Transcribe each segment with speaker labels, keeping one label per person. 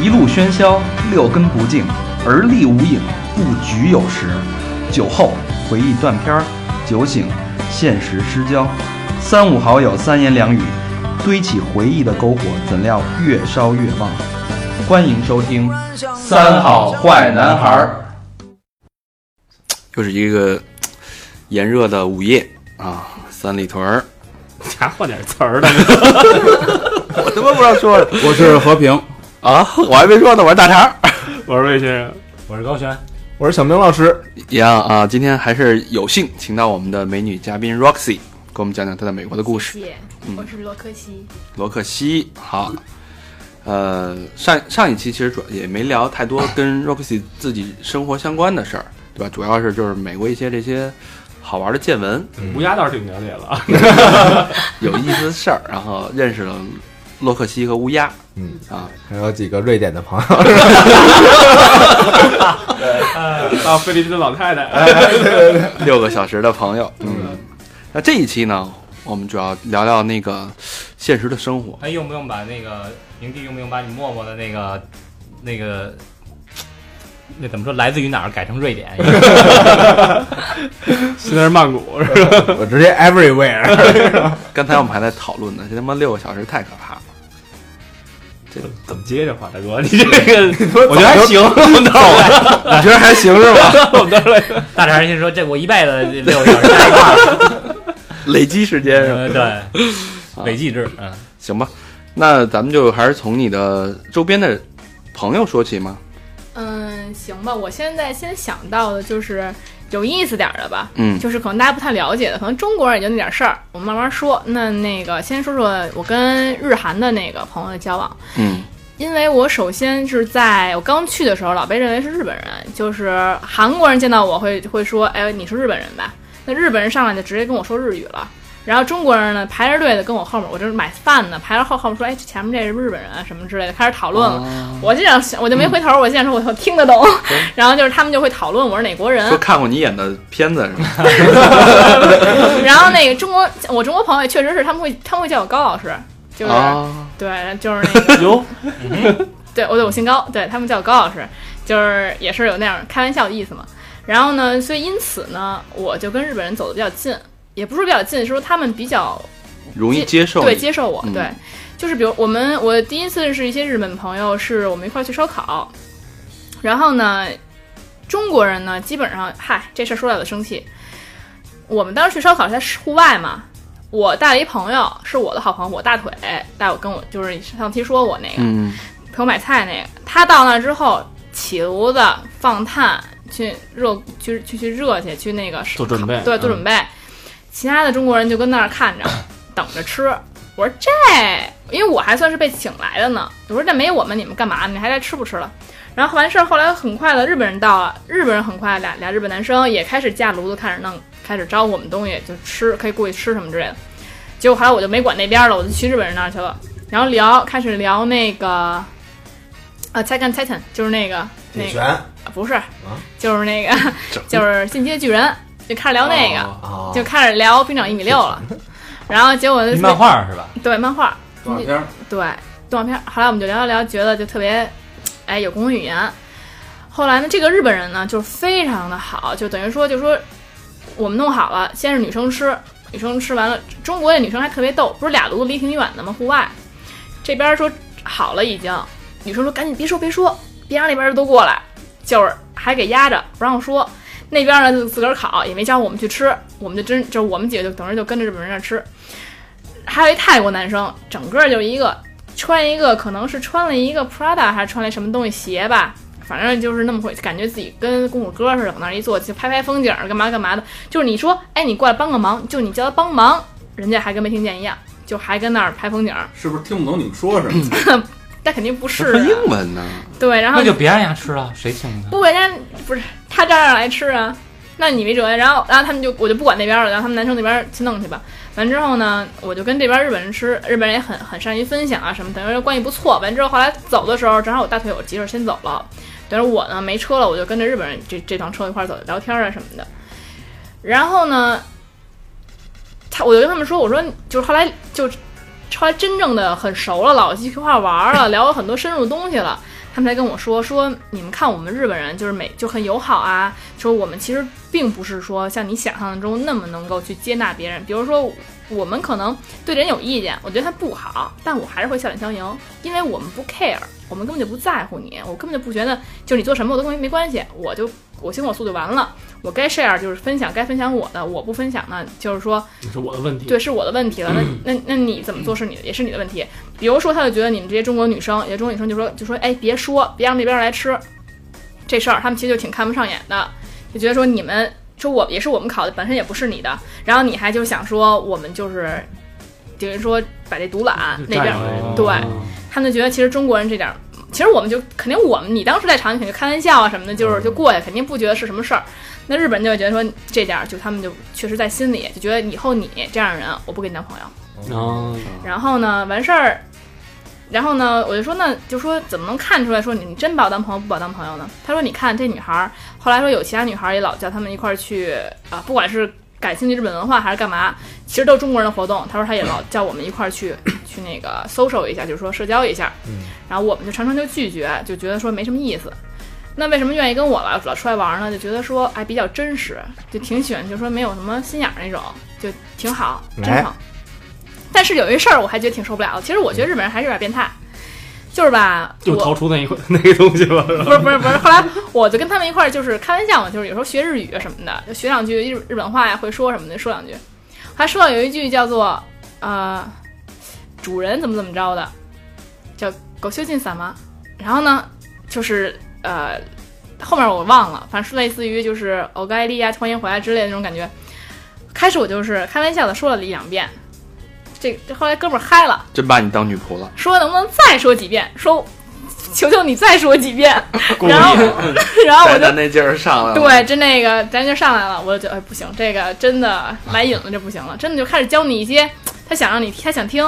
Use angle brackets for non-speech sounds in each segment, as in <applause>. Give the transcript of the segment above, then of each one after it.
Speaker 1: 一路喧嚣，六根不净，而立无影，不局有时。酒后回忆断片儿，酒醒现实失焦。三五好友三言两语，堆起回忆的篝火，怎料越烧越旺。欢迎收听《三好坏男孩儿
Speaker 2: <laughs>
Speaker 3: 又是一个嘖炎热的午夜啊，三里屯儿，
Speaker 4: 加换点词儿的，
Speaker 3: 我他妈不知道说
Speaker 5: 我是和平，
Speaker 3: 啊，我还没说呢，我是大肠儿
Speaker 4: 我是魏先生，
Speaker 6: 我是高璇，
Speaker 5: 我是小明老师。
Speaker 3: 一样啊。今天还是有幸请到我们的美女嘉宾 Roxy，给我们讲讲她在美国的故事。
Speaker 7: 谢谢，我是罗克西。
Speaker 3: 罗克西，好，呃，上上一期其实主要也没聊太多
Speaker 7: <laughs>
Speaker 3: 跟 Roxy 自己生活相关的事儿，对吧？主要是就是美国一些这些好玩的见
Speaker 7: <laughs>
Speaker 3: 闻，
Speaker 4: 乌鸦倒是挺了解了啊。
Speaker 3: 有意思的事儿，然后认识了洛克西和乌鸦
Speaker 5: 嗯，
Speaker 3: 啊，
Speaker 5: 还有几个瑞典的朋友， <laughs>
Speaker 4: 到菲律宾的老太太，
Speaker 3: 六个小时的朋
Speaker 7: <laughs>
Speaker 3: 友。嗯，那这一期呢，我们主要聊聊那个现实的生活。
Speaker 6: 哎，用不用把那个营地用不用把你默默的那个那个那怎么说来自于哪儿改成瑞典？
Speaker 4: 现在是曼谷，是吧
Speaker 5: 我直接 everywhere。
Speaker 3: 刚才我们还在讨论呢，这他妈六个小时太可 <laughs> 怕了。
Speaker 4: 怎么接这话，大哥？你这个我
Speaker 5: 我
Speaker 4: 觉得还行，我操！
Speaker 3: 你觉得还行是吧？
Speaker 6: 大肠先说这我一辈子六个小时在一块儿，
Speaker 3: <laughs> 累积时间是吧？
Speaker 6: 嗯对，累计制，嗯，
Speaker 3: 行吧，那咱们就还是从你的周边的朋友说起吗？
Speaker 7: 嗯，行吧，我现在先想到的就是有意思点儿的吧，
Speaker 3: 嗯
Speaker 7: 就是可能大家不太了解的，可能中国人也就那点事儿，我们慢慢说。那那个先说说我跟日韩的那个朋友的交往，
Speaker 3: 嗯
Speaker 7: 因为我首先是在我刚去的时候，老被认为是日本人，就是韩国人见到我会会说，哎，你是日本人吧？ <laughs> 那日本人上来就直接跟我说日语了。然后中国人呢，排着队的跟我后面，我就是买饭呢，排着后后面说，哎，这前面这是不是日本人啊，什么之类的，开始讨论了。我这样想，我就没回头，我现在说我听得懂， <laughs> 然后就是他们就会讨论我是哪国人
Speaker 3: 说，看过你演的片子是吧？
Speaker 7: 然后那个中国，我中国朋友也确实是他们会他们会叫我高老师，就是、
Speaker 3: 啊，
Speaker 7: 对，就是那个
Speaker 4: 哟，
Speaker 7: 对，我对我姓高，对他们叫我高老师，就是也是有那样开玩笑的意思嘛。然后呢，所以因此呢，我就跟日本人走的比较近，也不是比较近，是说他们比较
Speaker 3: 容易接受
Speaker 7: 对
Speaker 3: 你，
Speaker 7: 接受我，
Speaker 3: 嗯
Speaker 7: 对，就是比如我们我第一次是一些日本朋友，是我们一块儿去烧烤，然后呢，中国人呢基本上嗨这事儿说来我就生气，我们当时去烧烤是在户外嘛。我带了一朋友，是我的好朋友，我大腿带我跟我就是上期说我那个，
Speaker 3: 嗯，
Speaker 7: 陪我买菜那个，他到那之后起炉子放炭去热去去去热去去那个
Speaker 4: 做准备
Speaker 7: 对，做
Speaker 4: 嗯
Speaker 7: 准备。其他的中国人就跟那儿
Speaker 4: <laughs>
Speaker 7: 看着，等着吃。我说这，因为我还算是被请来的呢。我说这没我们，你们干嘛？你们还来吃不吃了？然后完事儿，后来很快的日本人到了，日本人很快俩俩日本男生也开始架炉子，开始弄，开始招呼我们东西，就吃，可以过去吃什么之类的。结果后来我就没管那边了，我就去日本人那儿去了，然后聊开始聊那个啊，Titan Titan 就是那个那个
Speaker 5: 拳
Speaker 7: 不是，就是那个就是进阶巨人，就开始聊那
Speaker 3: 哦
Speaker 7: 个，
Speaker 5: 啊
Speaker 7: 就开始聊兵长一米六了，然后结果就
Speaker 6: 漫画是吧？
Speaker 7: 对漫画
Speaker 5: 动画片儿
Speaker 7: 对动画片儿，后来我们就聊了聊，觉得就特别，哎，有共同语言。后来呢，这个日本人呢，就是非常的好，就等于说，就说我们弄好了，先是女生吃，女生吃完了，中国的女生还特别逗，不是俩炉子离挺远的吗？户外，这边说好了已经，女生说赶紧别说别说，别让那边人都过来，就是还给压着不让说。那边呢就自个儿烤，也没叫我们去吃，我们就真就我们几个就等着就跟着日本人那儿吃。还有一泰国男生，整个就是一个穿一个可能是穿了一个 Prada 还是穿了什么东西鞋吧，反正就是那么回，感觉自己跟公主哥似的，往那儿一坐就拍拍风景儿，干嘛干嘛的。就是你说，哎，你过来帮个忙，就你叫他帮忙，人家还跟没听见一样，就还跟那儿拍风景儿，
Speaker 2: 是不是听不懂你们说什么？
Speaker 7: <laughs> 但肯定不
Speaker 2: <laughs>
Speaker 7: 是
Speaker 3: 说
Speaker 7: 啊。
Speaker 3: 英文呢，
Speaker 7: 对，然后
Speaker 6: 那就别让人家吃了，谁请你？
Speaker 7: 不，人家不是他照样来吃啊，那你没辙呀。然后，然后他们就我就不管那边了，然后他们男生那边去弄去吧。完之后呢，我就跟这边日本人吃，日本人也很很善于分享啊什么，等于说关系不错。完之后，后来走的时候，正好我大腿有急事先走了，等于我呢没车了，我就跟着日本人这这趟车一块儿走，聊天啊什么的。然后呢，他我就跟他们说，我说就是后来就后来真正的很熟了，老一块儿玩儿了，聊了很多深入的东西了，他们才跟我说说你们看我们日本人就是美就很友好啊，说我们其实并不是说像你想象中那么能够去接纳别人，比如说我们可能对人有意见，我觉得他不好，但我还是会笑脸相迎，因为我们不 care，我们根本就不在乎你，我根本就不觉得就是你做什么我都跟没关系，我就我行我素就完了，我该 share 就是分享，该分享我的，我不分享呢就是说。
Speaker 8: 这是我的问题。嗯
Speaker 7: 对，是我的问题了。那那那你怎么做是你的，也是你的问题。比如说，他就觉得你们这些中国女生，有些中国女生就说就说，哎，别说，别让那边来吃这事儿，他们其实就挺看不上眼的，就觉得说你们说我也是我们考的，本身也不是你的，然后你还就想说我们就是等于说把这毒揽
Speaker 8: 就
Speaker 7: 那
Speaker 8: 占
Speaker 7: 边
Speaker 8: 有
Speaker 7: 儿，
Speaker 8: 人
Speaker 7: 对他们就觉得其实中国人这点儿。其实我们就肯定我们，你当时在场，你肯定开玩笑啊什么的，就是就过去，肯定不觉得是什么事儿。那日本人就会觉得说这点儿，就他们就确实在心里，就觉得以后你这样的人，我不跟你当朋友。
Speaker 8: 啊，
Speaker 7: 然后呢，完事儿，然后呢，我就说那就说怎么能看出来说你你真把我当朋友不把我当朋友呢？他说你看这女孩儿，后来说有其他女孩儿也老叫他们一块儿去啊，不管是感兴趣日本文化还是干嘛，其实都是中国人的活动。他说他也老叫我们一块儿
Speaker 5: <coughs>
Speaker 7: 去去那个 social 一下，就是说社交一下。
Speaker 5: 嗯
Speaker 7: 然后我们就常常就拒绝，就觉得说没什么意思。那为什么愿意跟我老老出来玩儿呢？就觉得说哎比较真实，就挺喜欢，就说没有什么心眼儿那种，就挺好，真
Speaker 5: 来
Speaker 7: 诚。但是有一事儿我还觉得挺受不了的，其实我觉得日本人还是有点变态，就是吧，
Speaker 8: 就
Speaker 7: 我
Speaker 8: 逃出那一块那个东西了，是吧？
Speaker 7: 不是不是不是，后来我就跟他们一块儿就是开玩笑嘛，就是有时候学日语啊什么的，就学两句日日本话呀，会说什么的，说两句。还说到有一句叫做呃，主人怎么怎么着的，叫狗修进伞吗？然后呢，就是呃，后面我忘了，反正是类似于就是“欧盖利啊，欢迎回来”之类的那种感觉。开始我就是开玩笑的说了一两遍，这这后来哥们儿嗨了。
Speaker 3: 真把你当女仆了。
Speaker 7: 说能不能再说几遍？说，求求你再说几遍。然后， <laughs> 然啊后
Speaker 3: 咱
Speaker 7: 我就
Speaker 3: 咱那劲儿上啊来了，
Speaker 7: 对，真那个咱就上来了，我就哎不行，这个真的来瘾了，这不行了，真的就开始教你一些他想让你他想听。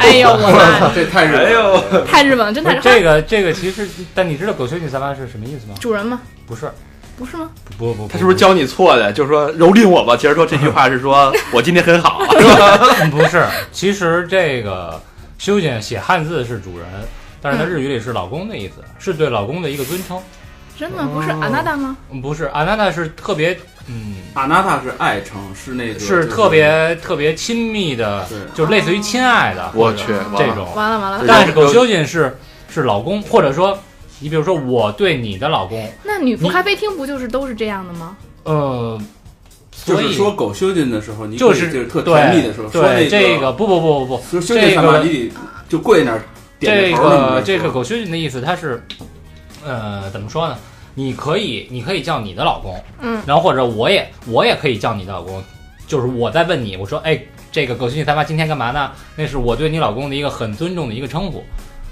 Speaker 7: 哎呦我妈，
Speaker 2: 这太人了，
Speaker 7: 太日本了，真
Speaker 6: 不
Speaker 7: 太
Speaker 6: 是
Speaker 7: 日本
Speaker 6: 这
Speaker 7: 了。
Speaker 6: 个这个其实，但你知道“狗熊女三八”是什么意思吗？
Speaker 7: 主人吗？
Speaker 6: 不是，
Speaker 7: 不是吗？
Speaker 6: 不不不，
Speaker 3: 他是不是教你错的？就是说蹂躏我吧。其实说这句话是说
Speaker 7: <laughs>
Speaker 3: 我今天很好，啊是吧？
Speaker 6: <laughs> 不是，其实这个修剪写汉字是主人，但是它
Speaker 7: 嗯
Speaker 6: 日语里是老公的意思，是对老公的一个尊称。
Speaker 7: 真的不是阿那达吗？
Speaker 6: 嗯不是，安娜娜是特别，嗯，
Speaker 2: 阿纳塔是爱称，是那个
Speaker 6: 是特别特别亲密的
Speaker 2: 对，
Speaker 6: 就类似于亲爱的，
Speaker 3: 我
Speaker 6: 或者
Speaker 3: 去
Speaker 2: 啊
Speaker 3: 完了
Speaker 6: 这种。
Speaker 7: 完了完了，
Speaker 6: 但是狗修剪是是老公，或者说你比如说我对你的老公，
Speaker 7: 那女仆
Speaker 6: 你
Speaker 7: 咖啡厅不就是都是这样的吗？
Speaker 6: 呃，
Speaker 2: 就
Speaker 6: 所以
Speaker 2: 是说狗修进的时候，你
Speaker 6: 就
Speaker 2: 可以
Speaker 6: 是
Speaker 2: 就是特甜
Speaker 6: 对
Speaker 2: 蜜的时候，说
Speaker 6: 对这
Speaker 2: 个
Speaker 6: 个不不不不不，
Speaker 2: 就是修进
Speaker 6: 这
Speaker 2: 他
Speaker 6: 个
Speaker 2: 妈你得就跪那儿
Speaker 6: 这
Speaker 2: 点头那么
Speaker 6: 个
Speaker 2: 着
Speaker 6: 这个
Speaker 2: 说
Speaker 6: 狗修剪的意思，它是呃怎么说呢？你可以你可以叫你的老公，
Speaker 7: 嗯，
Speaker 6: 然后或者我也我也可以叫你的老公，就是我在问你，我说哎，这个狗熊你他妈今天干嘛呢？那是我对你老公的一个很尊重的一个称呼。
Speaker 7: 哦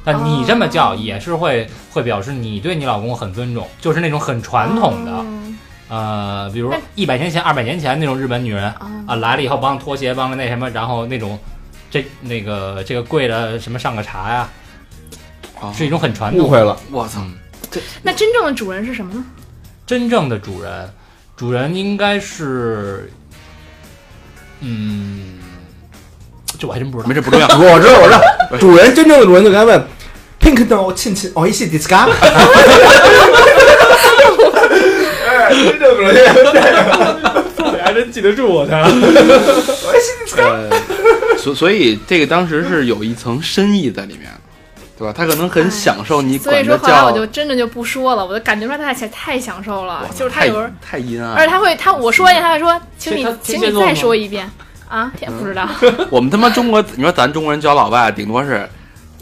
Speaker 6: 但你这么叫也是会会表示你对你老公很尊重，就是那种很传统的，
Speaker 7: 嗯
Speaker 6: 呃，比如
Speaker 7: 那
Speaker 6: 一百年前、二百年前那种日本女人
Speaker 7: 啊
Speaker 6: 啊，来了以后帮脱鞋，帮着那什么，然后那种这那个这个跪着什么上个茶呀、
Speaker 3: 哦
Speaker 6: 是一种很传
Speaker 5: 误
Speaker 6: 统。
Speaker 5: 会 <laughs> 了，
Speaker 3: 我操，
Speaker 7: 那真正的主人是什么呢？
Speaker 6: 真正的主人，主人应该是，嗯，这我还真不知道。
Speaker 3: 没事不 <laughs> 重要。
Speaker 5: 我知道我知道，主人真正的主人就 <laughs> 该问 pink no 亲亲哦一系 <laughs> disca，哎，真正主人
Speaker 8: 你还真记得住我的。
Speaker 3: 呃，所所以这个当时是有一层深意在里面，对吧？他可能很享受你
Speaker 7: 哎所以
Speaker 3: 管
Speaker 7: 说
Speaker 3: 他
Speaker 7: 后来
Speaker 3: 叫
Speaker 7: 我，就真的就不说了，我就感觉出来他太太享受了
Speaker 3: 哇，
Speaker 7: 就是他
Speaker 3: 太
Speaker 7: 有时候
Speaker 3: 太阴啊暗
Speaker 7: 而且他会，他我说一遍，他会说，请你
Speaker 8: 天，
Speaker 7: 请
Speaker 8: 天蝎
Speaker 7: 你
Speaker 8: 座
Speaker 7: 再
Speaker 8: 吗
Speaker 7: 说一遍啊！天不知道，
Speaker 3: 了。我们他妈中国，你说咱中国人教老外，顶多是。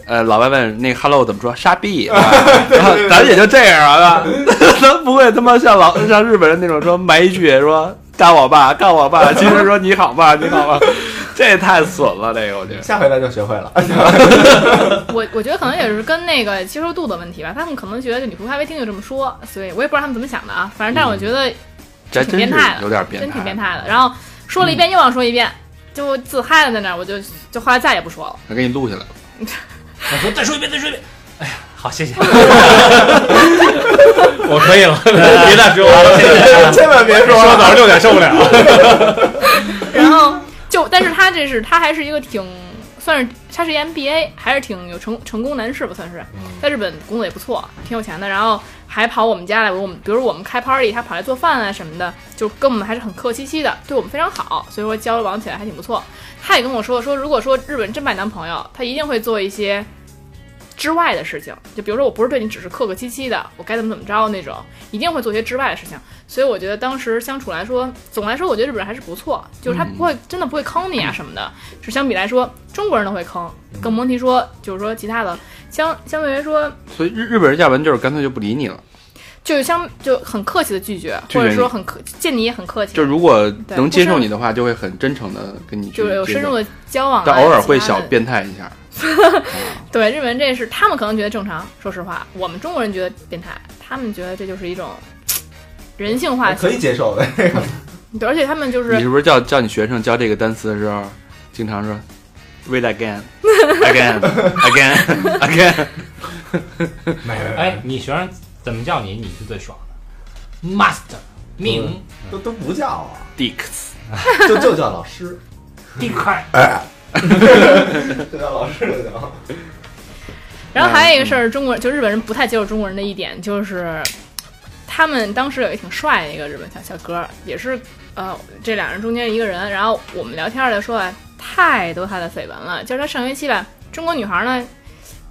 Speaker 3: 呃，老外问那个 “hello” 怎么说，傻逼，对
Speaker 7: <laughs>
Speaker 3: 吧然后咱也就这样了，对吧 <laughs> 咱不会他妈像老像日本人那种说埋一句说干我爸干我
Speaker 7: <laughs>
Speaker 3: 爸，其实说你好吧你好吧， <laughs> 这也太损了，这个我觉得。
Speaker 5: 下回来就学会 <laughs> 了，
Speaker 7: 我我觉得可能也是跟那个接受度的问题吧，他们可能觉得就女仆咖啡厅就这么说，所以我也不知道他们怎么想的啊。反正，但是我觉得
Speaker 3: 这真
Speaker 7: 挺变
Speaker 3: 是
Speaker 7: 态的
Speaker 3: 有点变态，
Speaker 7: 真挺变态的。然后说了一遍又忘说一遍，就自嗨了在那儿，我就就后来再也不说了。
Speaker 3: 我给你录下来了。
Speaker 6: 我说再说一遍，再说一遍。哎呀，好，谢谢。我可以了，别再说了，谢谢。
Speaker 5: 千万别说
Speaker 6: 说早上六点受不了。
Speaker 7: 然后就，但是他这是他还是一个挺算是他是 MBA，还是挺有成成功男士吧，算是在日本工作也不错，挺有钱的。然后还跑我们家来，我们比如我们开 party，他跑来做饭啊什么的，就跟我们还是很客气气的，对我们非常好，所以说交往起来还挺不错。他也跟我说说，如果说日本人真把你当朋友，他一定会做一些之外的事情，就比如说我不是对你只是客客气气的，我该怎么怎么着那种，一定会做些之外的事情。所以我觉得当时相处来说，总来说我觉得日本人还是不错，就是他不会、真的不会坑你啊什么的。是相比来说，中国人都会坑，更甭提说就是说其他的，相相对来说
Speaker 3: 所以日日本人亚文就是干脆就不理你了，
Speaker 7: 就是相就很客气的拒绝，
Speaker 3: 拒绝
Speaker 7: 或者说
Speaker 3: 你
Speaker 7: 很客见你也很客气，
Speaker 3: 就是如果能接受
Speaker 7: 不是
Speaker 3: 你的话，就会很真诚的跟你去
Speaker 7: 就是有
Speaker 3: 接
Speaker 7: 深入
Speaker 3: 触，
Speaker 7: 的交往啊、
Speaker 3: 但偶尔会
Speaker 7: 其他
Speaker 3: 小
Speaker 7: 的
Speaker 3: 变态一下。
Speaker 7: 对，日本人这是他们可能觉得正常，说实话，我们中国人觉得变态，他们觉得这就是一种人性化的
Speaker 5: 可以接受的。
Speaker 7: 对，而且他们就
Speaker 3: 你
Speaker 7: 是
Speaker 3: 是不是叫叫你学生教这个单词的时候，经常说 read <laughs> again again again <laughs> again？
Speaker 5: 没没没，
Speaker 6: 哎，你学生怎么叫你，你是最爽的，master 命
Speaker 5: 都都不叫啊，
Speaker 3: Dicks，
Speaker 5: <laughs> 就就叫老师，
Speaker 6: 地块，
Speaker 5: 就叫老师就行。
Speaker 7: 然后还有一个事儿，中国就日本人不太接受中国人的一点就是，他们当时有一个挺帅的一个日本小小哥儿，也是呃这两人中间一个人，然后我们聊天儿的说啊，太多他的绯闻了，就是他上学期吧，中国女孩儿呢。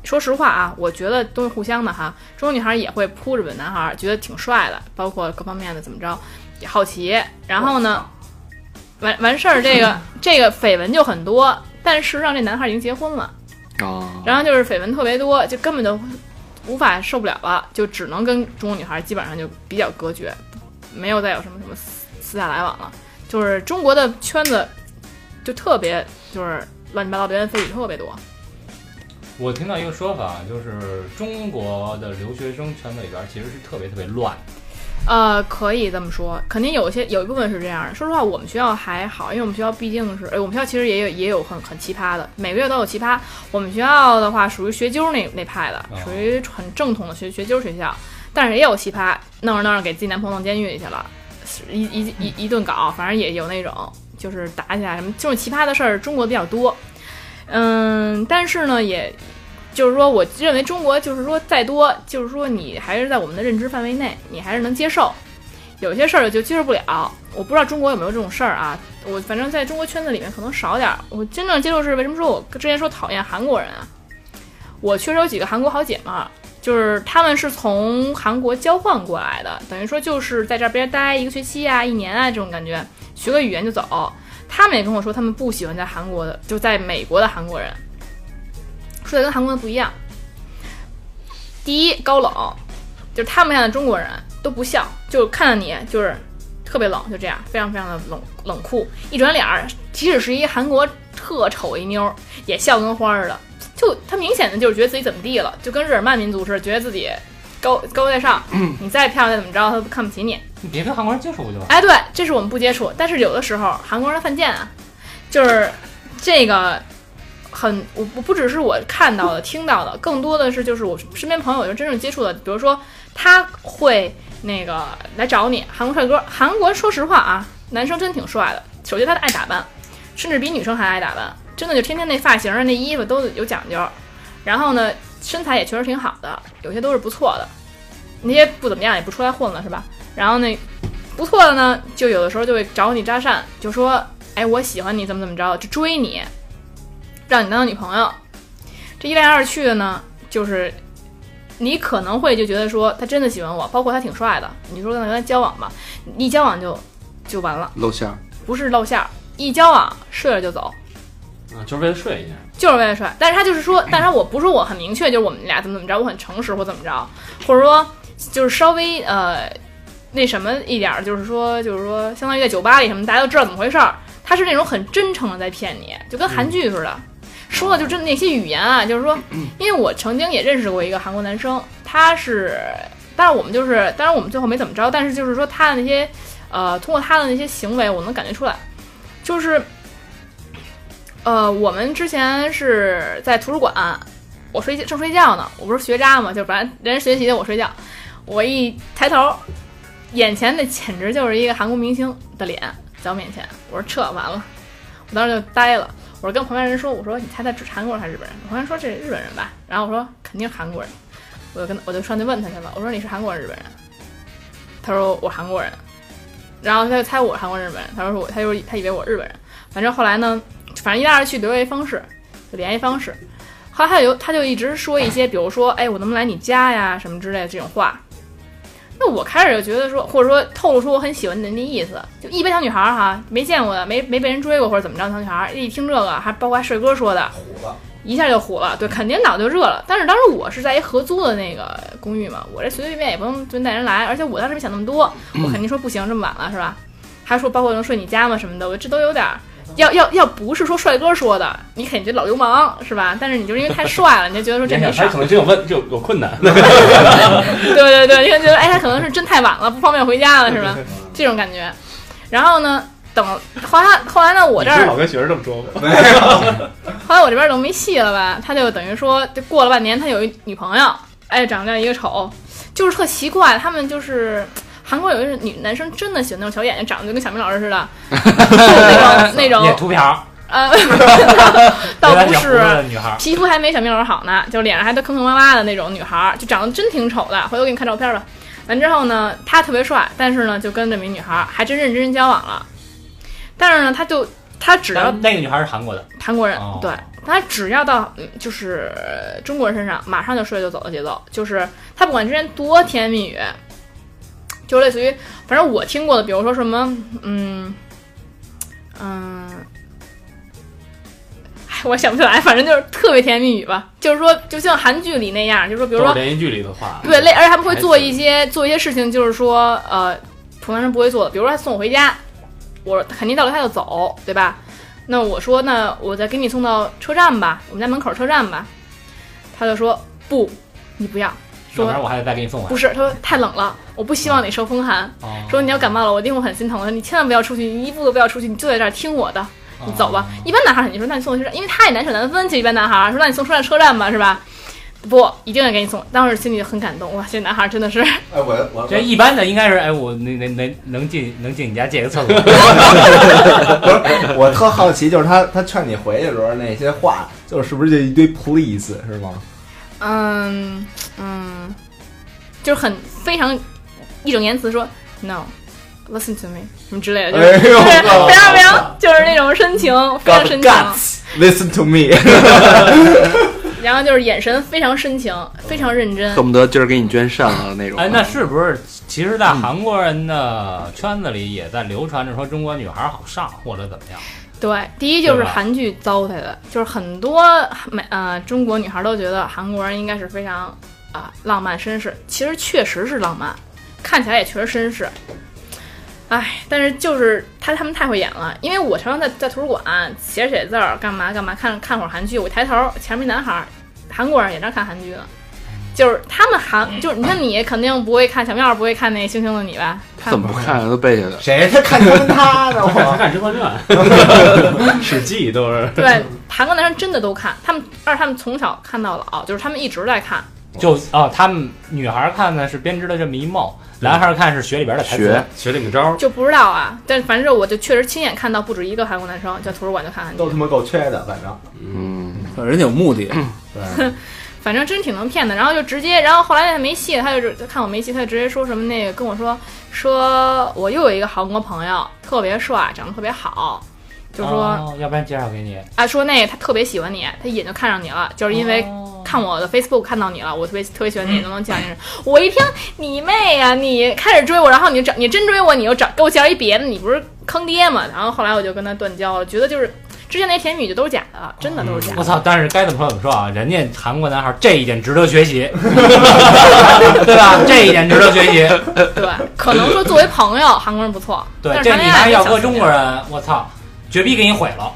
Speaker 7: 说实话啊，我觉得都是互相的哈。中国女孩儿也会扑日本男孩儿，觉得挺帅的，包括各方面的怎么着，也好奇。然后呢，完完事儿，这个这个绯闻就很多，但是让这男孩儿已经结婚了。
Speaker 3: 啊，
Speaker 7: 然后就是绯闻特别多，就根本就无法受不了了，就只能跟中国女孩基本上就比较隔绝，没有再有什么什么私私下来往了。就是中国的圈子就特别就是乱七八糟流言蜚语特别多，
Speaker 6: 我听到一个说法，就是中国的留学生圈子里边其实是特别特别乱，
Speaker 7: 呃，可以这么说，肯定有一些有一部分是这样的。说实话，我们学校还好，因为我们学校毕竟是，呃，我们学校其实也有也有很很奇葩的，每个月都有奇葩。我们学校的话属于学究那那派的
Speaker 6: 哦，
Speaker 7: 属于很正统的学学究学校，但是也有奇葩，弄着弄着给自己男朋友弄监狱里去了，是一一一一顿搞，反正也有那种就是打起来什么这种奇葩的事儿，中国比较多。嗯，但是呢，也就是说，我认为中国就是说再多，就是说你还是在我们的认知范围内，你还是能接受。有些事儿就接受不了，我不知道中国有没有这种事儿啊。我反正在中国圈子里面可能少点儿。我真正接受是为什么说我之前说讨厌韩国人啊？我确实有几个韩国好姐们儿，就是她们是从韩国交换过来的，等于说就是在这边待一个学期啊、一年啊这种感觉，学个语言就走。她们也跟我说，她们不喜欢在韩国的，就在美国的韩国人。说的跟韩国人不一样。第一，高冷，就是他们现在中国人都不笑，就看到你就是特别冷，就这样，非常非常的冷冷酷。一转脸儿，即使是一韩国特丑一妞儿，也笑跟花儿似的。就他明显的就是觉得自己怎么地了，就跟日耳曼民族似的，觉得自己高高高在上，你再漂亮再怎么着，他都看不起你。
Speaker 6: 你别跟韩国人接触不就完？
Speaker 7: 哎，对，这是我们不接触，但是有的时候韩国人犯贱啊，就是这个很，我不不只是我看到的、听到的，更多的是就是我身边朋友就真正接触的，比如说他会那个来找你，韩国帅哥，韩国说实话啊，男生真挺帅的，首先他爱打扮，甚至比女生还爱打扮，真的就天天那发型啊、那衣服都有讲究，然后呢，身材也确实挺好的，有些都是不错的，那些不怎么样也不出来混了是吧？然后那不错的呢，就有的时候就会找你搭讪，就说，哎，我喜欢你，怎么怎么着，就追你，让你当女朋友。这一来二去的呢，就是你可能会就觉得说他真的喜欢我，包括他挺帅的，你说跟他跟他交往吧，一交往就就完了，
Speaker 3: 露馅儿。
Speaker 7: 不是露馅儿，一交往睡了就走，
Speaker 6: 啊，就是为了睡一下。
Speaker 7: 就是为了帅。但是他就是说，但是他我不是说我很明确，就是我们俩怎么怎么着，我很诚实或怎么着，或者说就是稍微呃那什么一点，儿，就是说就是说，相当于在酒吧里什么，大家都知道怎么回事儿。他是那种很真诚的在骗你，就跟韩剧似的，说的就真那些语言啊，就是说，因为我曾经也认识过一个韩国男生，他是，但是我们就是，当然我们最后没怎么着，但是就是说他的那些，呃，通过他的那些行为，我能感觉出来，就是呃，我们之前是在图书馆，我睡正睡觉呢，我不是学渣嘛，就反正人家学习的我睡觉，我一抬头，眼前那简直就是一个韩国明星的脸在我面前，我说这完了，我当时就呆了，我跟旁边人说，我说你猜他是韩国人还是日本人？我旁边人说这日本人吧，然后我说肯定是韩国人，我就跟我就上去问他去了，我说你是韩国人日本人？他说我韩国人，然后他就猜我是韩国人日本人，他说我他就他以为我是日本人，反正后来呢，反正一来二去留了一方式，就联系方式。后来他就他就一直说一些，比如说，哎，我能不能来你家呀，什么之类的这种话。那我开始就觉得说，或者说透露出我很喜欢你的那意思，就一般小女孩儿哈，没见过的，没没被人追过或者怎么着，小女孩儿一听这个，还包括还帅哥说的，
Speaker 5: 虎了，
Speaker 7: 一下就火了，对，肯定脑就热了。但是当时我是在一合租的那个公寓嘛，我这随随便便也不用就带人来，而且我当时没想那么多，我肯定说不行，这么晚了是吧？还说包括能睡你家吗什么的，我这都有点儿。要要要不是说帅哥说的，你肯定觉得老流氓是吧？但是你就是因为太帅了，你就觉得说这
Speaker 8: 联
Speaker 7: 没
Speaker 8: 想
Speaker 7: 事
Speaker 8: 他
Speaker 7: 儿
Speaker 8: 可。能真有问，就有困难。
Speaker 7: 对对对，因为觉得哎，他可能是真太晚了，不方便回家了，是吧？这种感觉。然后呢，等后来后来呢，我这
Speaker 8: 你是
Speaker 7: 儿
Speaker 8: 老跟学生这么说吗？
Speaker 7: 后来我这边等没戏了吧，他就等于说，就过了半年，他有一女朋友，哎，长得一个丑，就是特奇怪。他们就是韩国有一种女男生真的喜欢那种小眼睛，长得就跟小明老师似的，
Speaker 8: <laughs>
Speaker 7: 就是那种那
Speaker 6: 也
Speaker 7: 种
Speaker 6: 秃瓢，
Speaker 7: 呃，倒不
Speaker 6: 有
Speaker 7: 是
Speaker 6: 点小胡子的女孩儿，
Speaker 7: 皮肤还没小明老师好呢，就脸上还都坑坑洼洼的那种女孩儿，就长得真挺丑的。回头我给你看照片吧。完之后呢，他特别帅，但是呢，就跟这名女孩儿还真认真交往了。但是呢，他就他只要
Speaker 6: 那个女孩儿是韩国的，
Speaker 7: 韩国人，
Speaker 6: 哦
Speaker 7: 对他只要到嗯就是呃中国人身上，马上就说就走的节奏，就是他不管之前多甜言蜜语，就类似于反正我听过的，比如说什么嗯嗯。哎我想不起来，反正就是特别甜言蜜语吧，就是说，就像韩剧里那样，就是说，比
Speaker 8: 都
Speaker 7: 如
Speaker 8: 是
Speaker 7: 说，
Speaker 8: 连续剧里的话，
Speaker 7: 对，类，而且他们会
Speaker 8: 还
Speaker 7: 做
Speaker 8: 是
Speaker 7: 一些做一些事情，就是说，呃，普通人不会做的，比如说他送我回家，我肯定到楼下就走，对吧？那我说，那我再给你送到车站吧，我们家门口车站吧。他就说不，你不要，
Speaker 6: 要
Speaker 7: 说
Speaker 6: 不然我还得再给你送回
Speaker 7: 不
Speaker 6: 来。
Speaker 7: 是，他说太冷了，我不希望你受风寒。
Speaker 6: 哦
Speaker 7: 说你要感冒了，我一定会很心疼的，你千万不要出去，你一步都不要出去，你就在这儿听我的。你走吧。一般男孩肯定说，那你送我去车站，因为他也难舍难分。其实一般男孩儿说，那你送车站车站吧，是吧？不，一定要给你送。当时心里很感动，哇，这男孩儿真的是，
Speaker 5: 哎，我我
Speaker 6: 这一般的应该是，哎，我那那那能进能进你家借个厕所，
Speaker 5: 我特好奇，就是他他劝你回去的时候那些话，就是不是就一堆 please 是吗？
Speaker 7: 嗯嗯，就是很非常义正言辞说 no。Listen to me，什么之类的，就是、
Speaker 5: 哎
Speaker 7: 就
Speaker 5: 呦
Speaker 7: 是非常非常，就是那种深情，非常
Speaker 5: Got
Speaker 7: 深情，
Speaker 5: guts, listen to me
Speaker 7: 然后就是眼神非常深情，非常认真。
Speaker 3: 恨不得今儿给你捐肾了那种。啊
Speaker 6: 哎，那是不是？其实，在韩国人的圈子里，也在流传着说中国女孩儿好上，或者怎么样。
Speaker 7: 对，第一就是
Speaker 6: 对吧
Speaker 7: 韩剧糟蹋的，就是很多美呃中国女孩都觉得韩国人应该是非常啊、浪漫绅士，其实确实是浪漫，看起来也确实绅士。唉，但是就是他他们太会演了，因为我常常在在图书馆写着写字儿，干嘛干嘛，看看会儿韩剧，我一抬头前面一男孩儿，韩国人也在看韩剧呢。
Speaker 6: 嗯
Speaker 7: 就是他们韩，就是你看你肯定不会看小妙，不会看那《星星的你》吧？看
Speaker 3: 怎么不看都背下来了。
Speaker 5: 谁他看穿他呢？
Speaker 8: 他
Speaker 5: 我
Speaker 8: 看《甄嬛传》《史记》都 <laughs> 是
Speaker 7: 对，韩国男生真的都看，他们而且他们从小看到老，就是他们一直在看。
Speaker 6: 就哦，他们女孩儿看的是编织的这么一梦，男孩儿看是学里边的台词
Speaker 3: 学。
Speaker 8: 学领个招儿，
Speaker 7: 就不知道啊，但反正我就确实亲眼看到不止一个韩国男生在图书馆就看韩剧
Speaker 5: <laughs> 都，他妈够缺的，反正
Speaker 3: 嗯，
Speaker 2: 人家有目的，
Speaker 5: 对，
Speaker 7: 反正真挺能骗的。然后就直接，然后后来没戏，他就就看我没戏，他就直接说什么那个跟我说说我又有一个韩国朋友，特别帅，长得特别好，就说、
Speaker 6: 哦要不然介绍给你，
Speaker 7: 啊说那个他特别喜欢你，他一眼就看上你了，就是因为
Speaker 6: 哦
Speaker 7: 看我的 Facebook 看到你了，我特别特别喜欢
Speaker 6: 嗯
Speaker 7: 你，能不能介绍认识？我一听你妹呀、你开始追我，然后你就找你真追我，你又找给我介绍一别的，你不是坑爹吗？然后后来我就跟他断交了，觉得就是之前那些甜言蜜语就都是假的，真的都是假的。
Speaker 6: 我操！但是该怎么说怎么说啊，人家韩国男孩儿这一点值得学习，对吧？这一点值得学习。
Speaker 7: 对，可能说作为朋友，韩国人不错，
Speaker 6: 对，
Speaker 7: 但是
Speaker 6: 这
Speaker 7: 谈
Speaker 6: 你
Speaker 7: 恋爱
Speaker 6: 还要
Speaker 7: 得小
Speaker 6: 搁
Speaker 7: 心
Speaker 6: 中
Speaker 7: 点
Speaker 6: 国人，我操，绝逼给你毁了，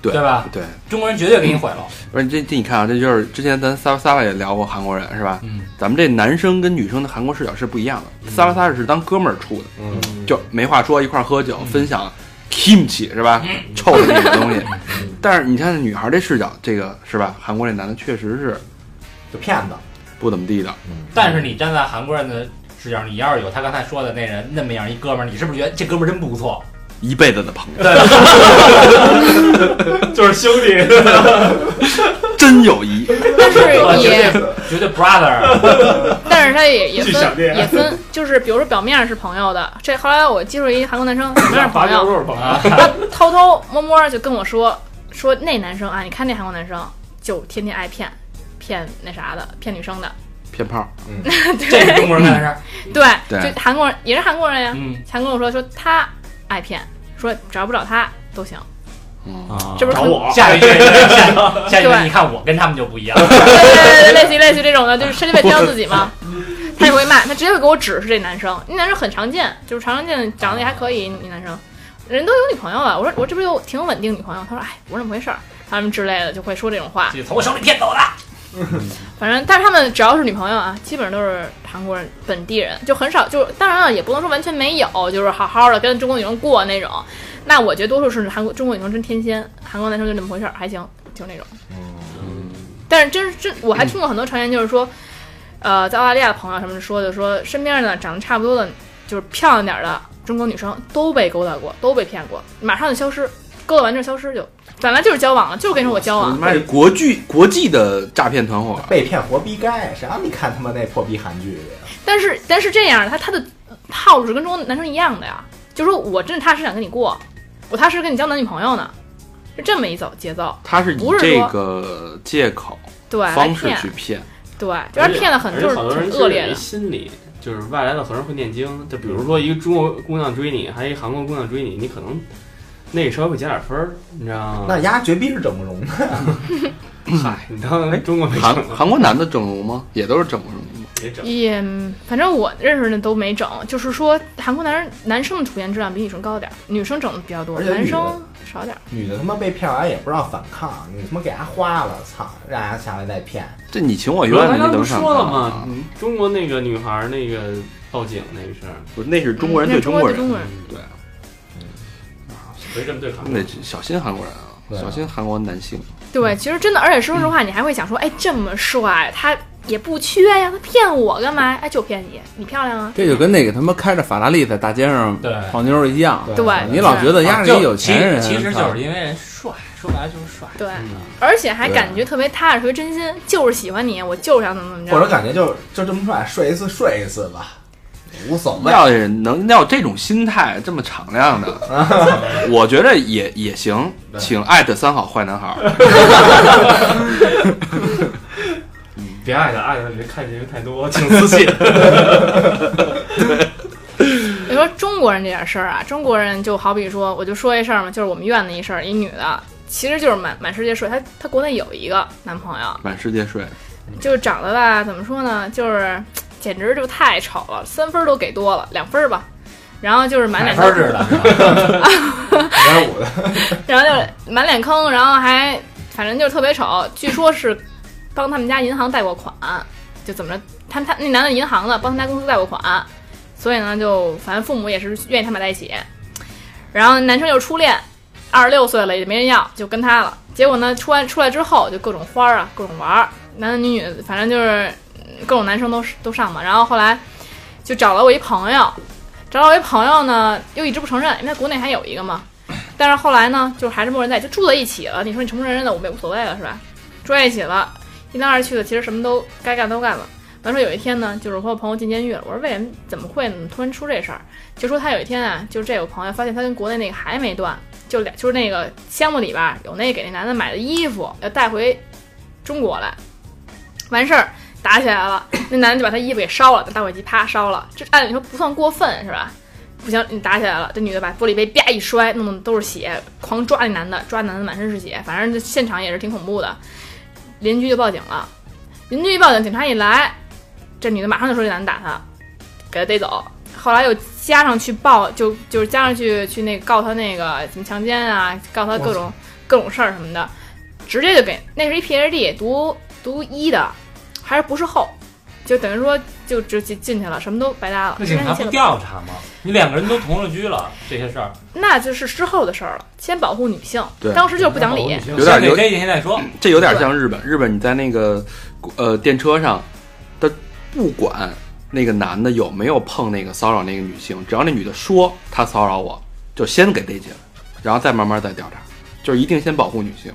Speaker 3: 对
Speaker 6: 对吧？
Speaker 3: 对，
Speaker 6: 中国人绝对给你毁了。
Speaker 3: 不是这这你看啊，这就是之前咱仨仨也聊过韩国人是吧？
Speaker 6: 嗯，
Speaker 3: 咱们这男生跟女生的韩国视角是不一样的，仨仨是当哥们儿处的，
Speaker 5: 嗯，
Speaker 3: 就没话说，一块儿喝酒，分享 kimchi 是吧？
Speaker 7: 嗯
Speaker 3: 臭的那个东西。但是你看女孩这视角，这个是吧？韩国这男的确实是
Speaker 5: 就骗子。
Speaker 3: 不怎么地的，
Speaker 6: 但是你站在韩国人的视角，你要是有他刚才说的那人那么样一哥们儿，你是不是觉得这哥们儿真不错？
Speaker 3: 一辈子的朋友，
Speaker 8: 就是兄弟，
Speaker 3: 真友谊。
Speaker 7: 但是
Speaker 6: <laughs> 我绝
Speaker 7: 也，
Speaker 6: 对绝对 brother，
Speaker 7: 但是他也也
Speaker 8: 去小
Speaker 7: 分
Speaker 8: 店
Speaker 7: 也分，就是比如说表面是朋友的，这后来我接触一韩国男生，表面是
Speaker 8: 八 <laughs>
Speaker 7: 朋
Speaker 8: 九
Speaker 7: 友，
Speaker 8: 肉吧。
Speaker 6: 啊
Speaker 7: 他偷偷摸摸就跟我说说那男生啊，你看那韩国男生就天天爱骗骗那啥的，骗女生的，
Speaker 3: 骗炮，
Speaker 6: 这是中国人干的事儿。
Speaker 7: 对，
Speaker 3: 对
Speaker 7: 就韩国人也是韩国人呀，
Speaker 6: 嗯，
Speaker 7: 还跟我说说他爱骗，说只要不找他都行，
Speaker 3: 嗯，
Speaker 7: 这不是
Speaker 8: 找
Speaker 7: 很
Speaker 8: 我
Speaker 6: 下一句，下下一句，
Speaker 7: 对
Speaker 6: 你看我跟他们就不一
Speaker 7: <laughs>
Speaker 6: 样。
Speaker 7: 对对对，类似于类似于这种的，就是身体被挑自己嘛。他也会骂，他直接会给我指是这男生，那男生很常见，就是常常见，长得也还可以，那男生人都有女朋友啊了。我说我这不有挺稳定女朋友？他说哎，不是那么回事儿，他们之类的就会说这种话。
Speaker 6: 就从我手里骗走的。
Speaker 7: 反正，但是他们只要是女朋友啊，基本上都是韩国人本地人，就很少，就是当然了，也不能说完全没有，就是好好的跟中国女生过那种。那我觉得多数是韩国中国女生真天仙，韩国男生就那么回事儿，还行，就那种。但是真是真，我还听过很多传言，就是说，呃，在澳大利亚的朋友什么说的，说身边的长得差不多的，就是漂亮点儿的中国女生都被勾搭过，都被骗过，马上就消失，勾搭完之后消失就，本来就是交往了，就是跟你说我交
Speaker 3: 我
Speaker 7: 往
Speaker 3: 他，妈是国际国际的诈骗团伙，
Speaker 5: 被骗活逼该，谁让你看他妈那破逼韩剧去呀？
Speaker 7: 但是但是这样，他他的套路是跟中国男生一样的呀，就说我真的踏实想跟你过，我踏实跟你交男女朋友呢，是这么一走节奏，
Speaker 3: 他是以
Speaker 7: 不是
Speaker 3: 这
Speaker 7: 说
Speaker 3: 个借口
Speaker 7: 对，来
Speaker 3: 方式
Speaker 7: 骗
Speaker 3: 去，骗，
Speaker 7: 对，就是骗的很
Speaker 8: 而且
Speaker 7: 就是
Speaker 8: 好多人
Speaker 7: 挺
Speaker 8: 就
Speaker 7: 恶
Speaker 8: 是有
Speaker 7: 劣
Speaker 8: 一
Speaker 7: 的，
Speaker 8: 心理，就是外来的和尚会念经。就比如说一个中国姑娘追你，还一韩国姑娘追你，你可能那个稍微会减点分儿，你知道
Speaker 5: 那
Speaker 8: 吗？
Speaker 5: 丫绝逼是整不容的，
Speaker 8: 嗨，你当中国没
Speaker 3: 哎韩
Speaker 8: 整过
Speaker 3: 韩国男的整容吗？也都是整容吗？
Speaker 8: 别整。
Speaker 7: 也嗯反正我认识的都没整，就是说韩国男人男生的涂颜质啊量比女生高点儿，女生整的比较多，
Speaker 5: 而且女的
Speaker 7: 男生少点儿。
Speaker 5: 女的他妈被骗完也不让反抗，你他妈给她花了，操，让丫下来再骗，
Speaker 3: 这你情我
Speaker 8: 我
Speaker 3: 愿的，
Speaker 8: 刚
Speaker 3: 哦你
Speaker 8: 才
Speaker 3: 怎
Speaker 8: 不
Speaker 3: 么想
Speaker 8: 说了
Speaker 3: 看
Speaker 8: 吗
Speaker 3: 啊？？
Speaker 8: 嗯中国那个女孩儿那个报警那个事儿，
Speaker 3: 不是，那是中国人
Speaker 7: 嗯那
Speaker 3: 对
Speaker 7: 是中
Speaker 3: 国
Speaker 7: 对中
Speaker 3: 人，
Speaker 7: 国人，
Speaker 8: 谁这么对韩
Speaker 3: 你
Speaker 8: 国
Speaker 3: 得？小心韩国人啊，
Speaker 5: 对啊
Speaker 3: 小心韩国男性。
Speaker 7: 对，其实真的，而且说实话，你还会想说，哎，这么帅，他也不缺呀，他骗我干嘛？哎，就骗你，你漂亮啊。
Speaker 2: 这就跟那个他妈开着法拉利在大街上
Speaker 6: 对啊
Speaker 2: 泡妞儿一样，
Speaker 5: 对
Speaker 3: 啊
Speaker 7: 对
Speaker 2: 你老觉得压着一有钱人，啊
Speaker 6: 其其实就是
Speaker 2: 操
Speaker 6: 因为人帅，说白了就是帅。
Speaker 7: 对，
Speaker 8: 嗯
Speaker 7: 而且还感觉特别踏实，特别真心，就是喜欢你，我就是想怎么怎么着。
Speaker 5: 或者感觉就就这么帅，睡一次睡一次吧，无所谓。
Speaker 3: 要是能要有这种心态，这么敞亮
Speaker 6: <laughs>
Speaker 3: 的，我觉得也也行，请艾特三好坏男孩儿。
Speaker 8: 别爱他，爱他别看这个太多，
Speaker 7: <laughs>
Speaker 8: 请私信。
Speaker 7: 你说中国人这点事儿啊，中国人就好比说，我就说一事儿嘛，就是我们院的一事儿，一女的，其实就是满满世界睡，她她国内有一个男朋友，
Speaker 3: 满世界睡，
Speaker 7: 就是长得吧，怎么说呢，就是简直就太丑了，三分儿都给多了，两分儿吧。然后就是满
Speaker 6: 买
Speaker 7: 脸坑
Speaker 6: 分儿，似
Speaker 7: <laughs>
Speaker 6: 的，
Speaker 5: 点五的，
Speaker 7: 然后就是满脸坑，然后还反正就是特别丑。据说是帮他们家银行贷过款，就怎么着，他他那男的银行的帮他们家公司贷过款，所以呢就反正父母也是愿意他们俩在一起。然后男生就是初恋，二十六岁了也没人要，就跟他了。结果呢出来出来之后就各种花儿啊，各种玩儿，男男女女反正就是嗯各种男生都都上嘛。然后后来就找了我一朋友，找了我一朋友呢又一直不承认，因为他国内还有一个嘛。但是后来呢，就是还是默认在，就住在一起了。你说你承不承认的，我们也无所谓了，是吧？住在一起了，一来二去的，其实什么都该干都干了。完说有一天呢，就是我和我朋友进监狱了。我说为什么怎么会突然出这事儿？就说他有一天啊，就是这有朋友发现他跟国内那个还没断，就俩就是那个箱子里边有那给那男的买的衣服，要带回中国来。完事儿打起来了，那男的就把他衣服给烧了，拿打火机啪烧了。这按理说不算过分是吧？不行，你打起来了。这女的把玻璃杯啪一摔，弄得都是血，狂抓那男的，抓男的满身是血，反正这现场也是挺恐怖的。邻居就报警了，邻居一报警，警察一来，这女的马上就说这男的打她，给他逮走。后来又加上去报，就就是加上去去那个告他那个什么强奸啊，告他各种各种事儿什么的，直接就给那是一 PhD 读读医的，还是博士后，就等于说就直接进去了，什么都白搭了。
Speaker 6: 那警察不调查吗？你两个人都同了居了，这些事儿
Speaker 7: 那就是之后的事儿了。先保护女性，
Speaker 3: 对
Speaker 7: 当时就是不讲理。
Speaker 6: 嗯
Speaker 3: 有点有
Speaker 6: 这些现在说，
Speaker 3: 这有点像日本。日本你在那个呃电车上，他不管那个男的有没有碰那个骚扰那个女性，只要那女的说他骚扰我，就先给勒起来，然后再慢慢再调查，就是一定先保护女
Speaker 6: <laughs>
Speaker 3: 性。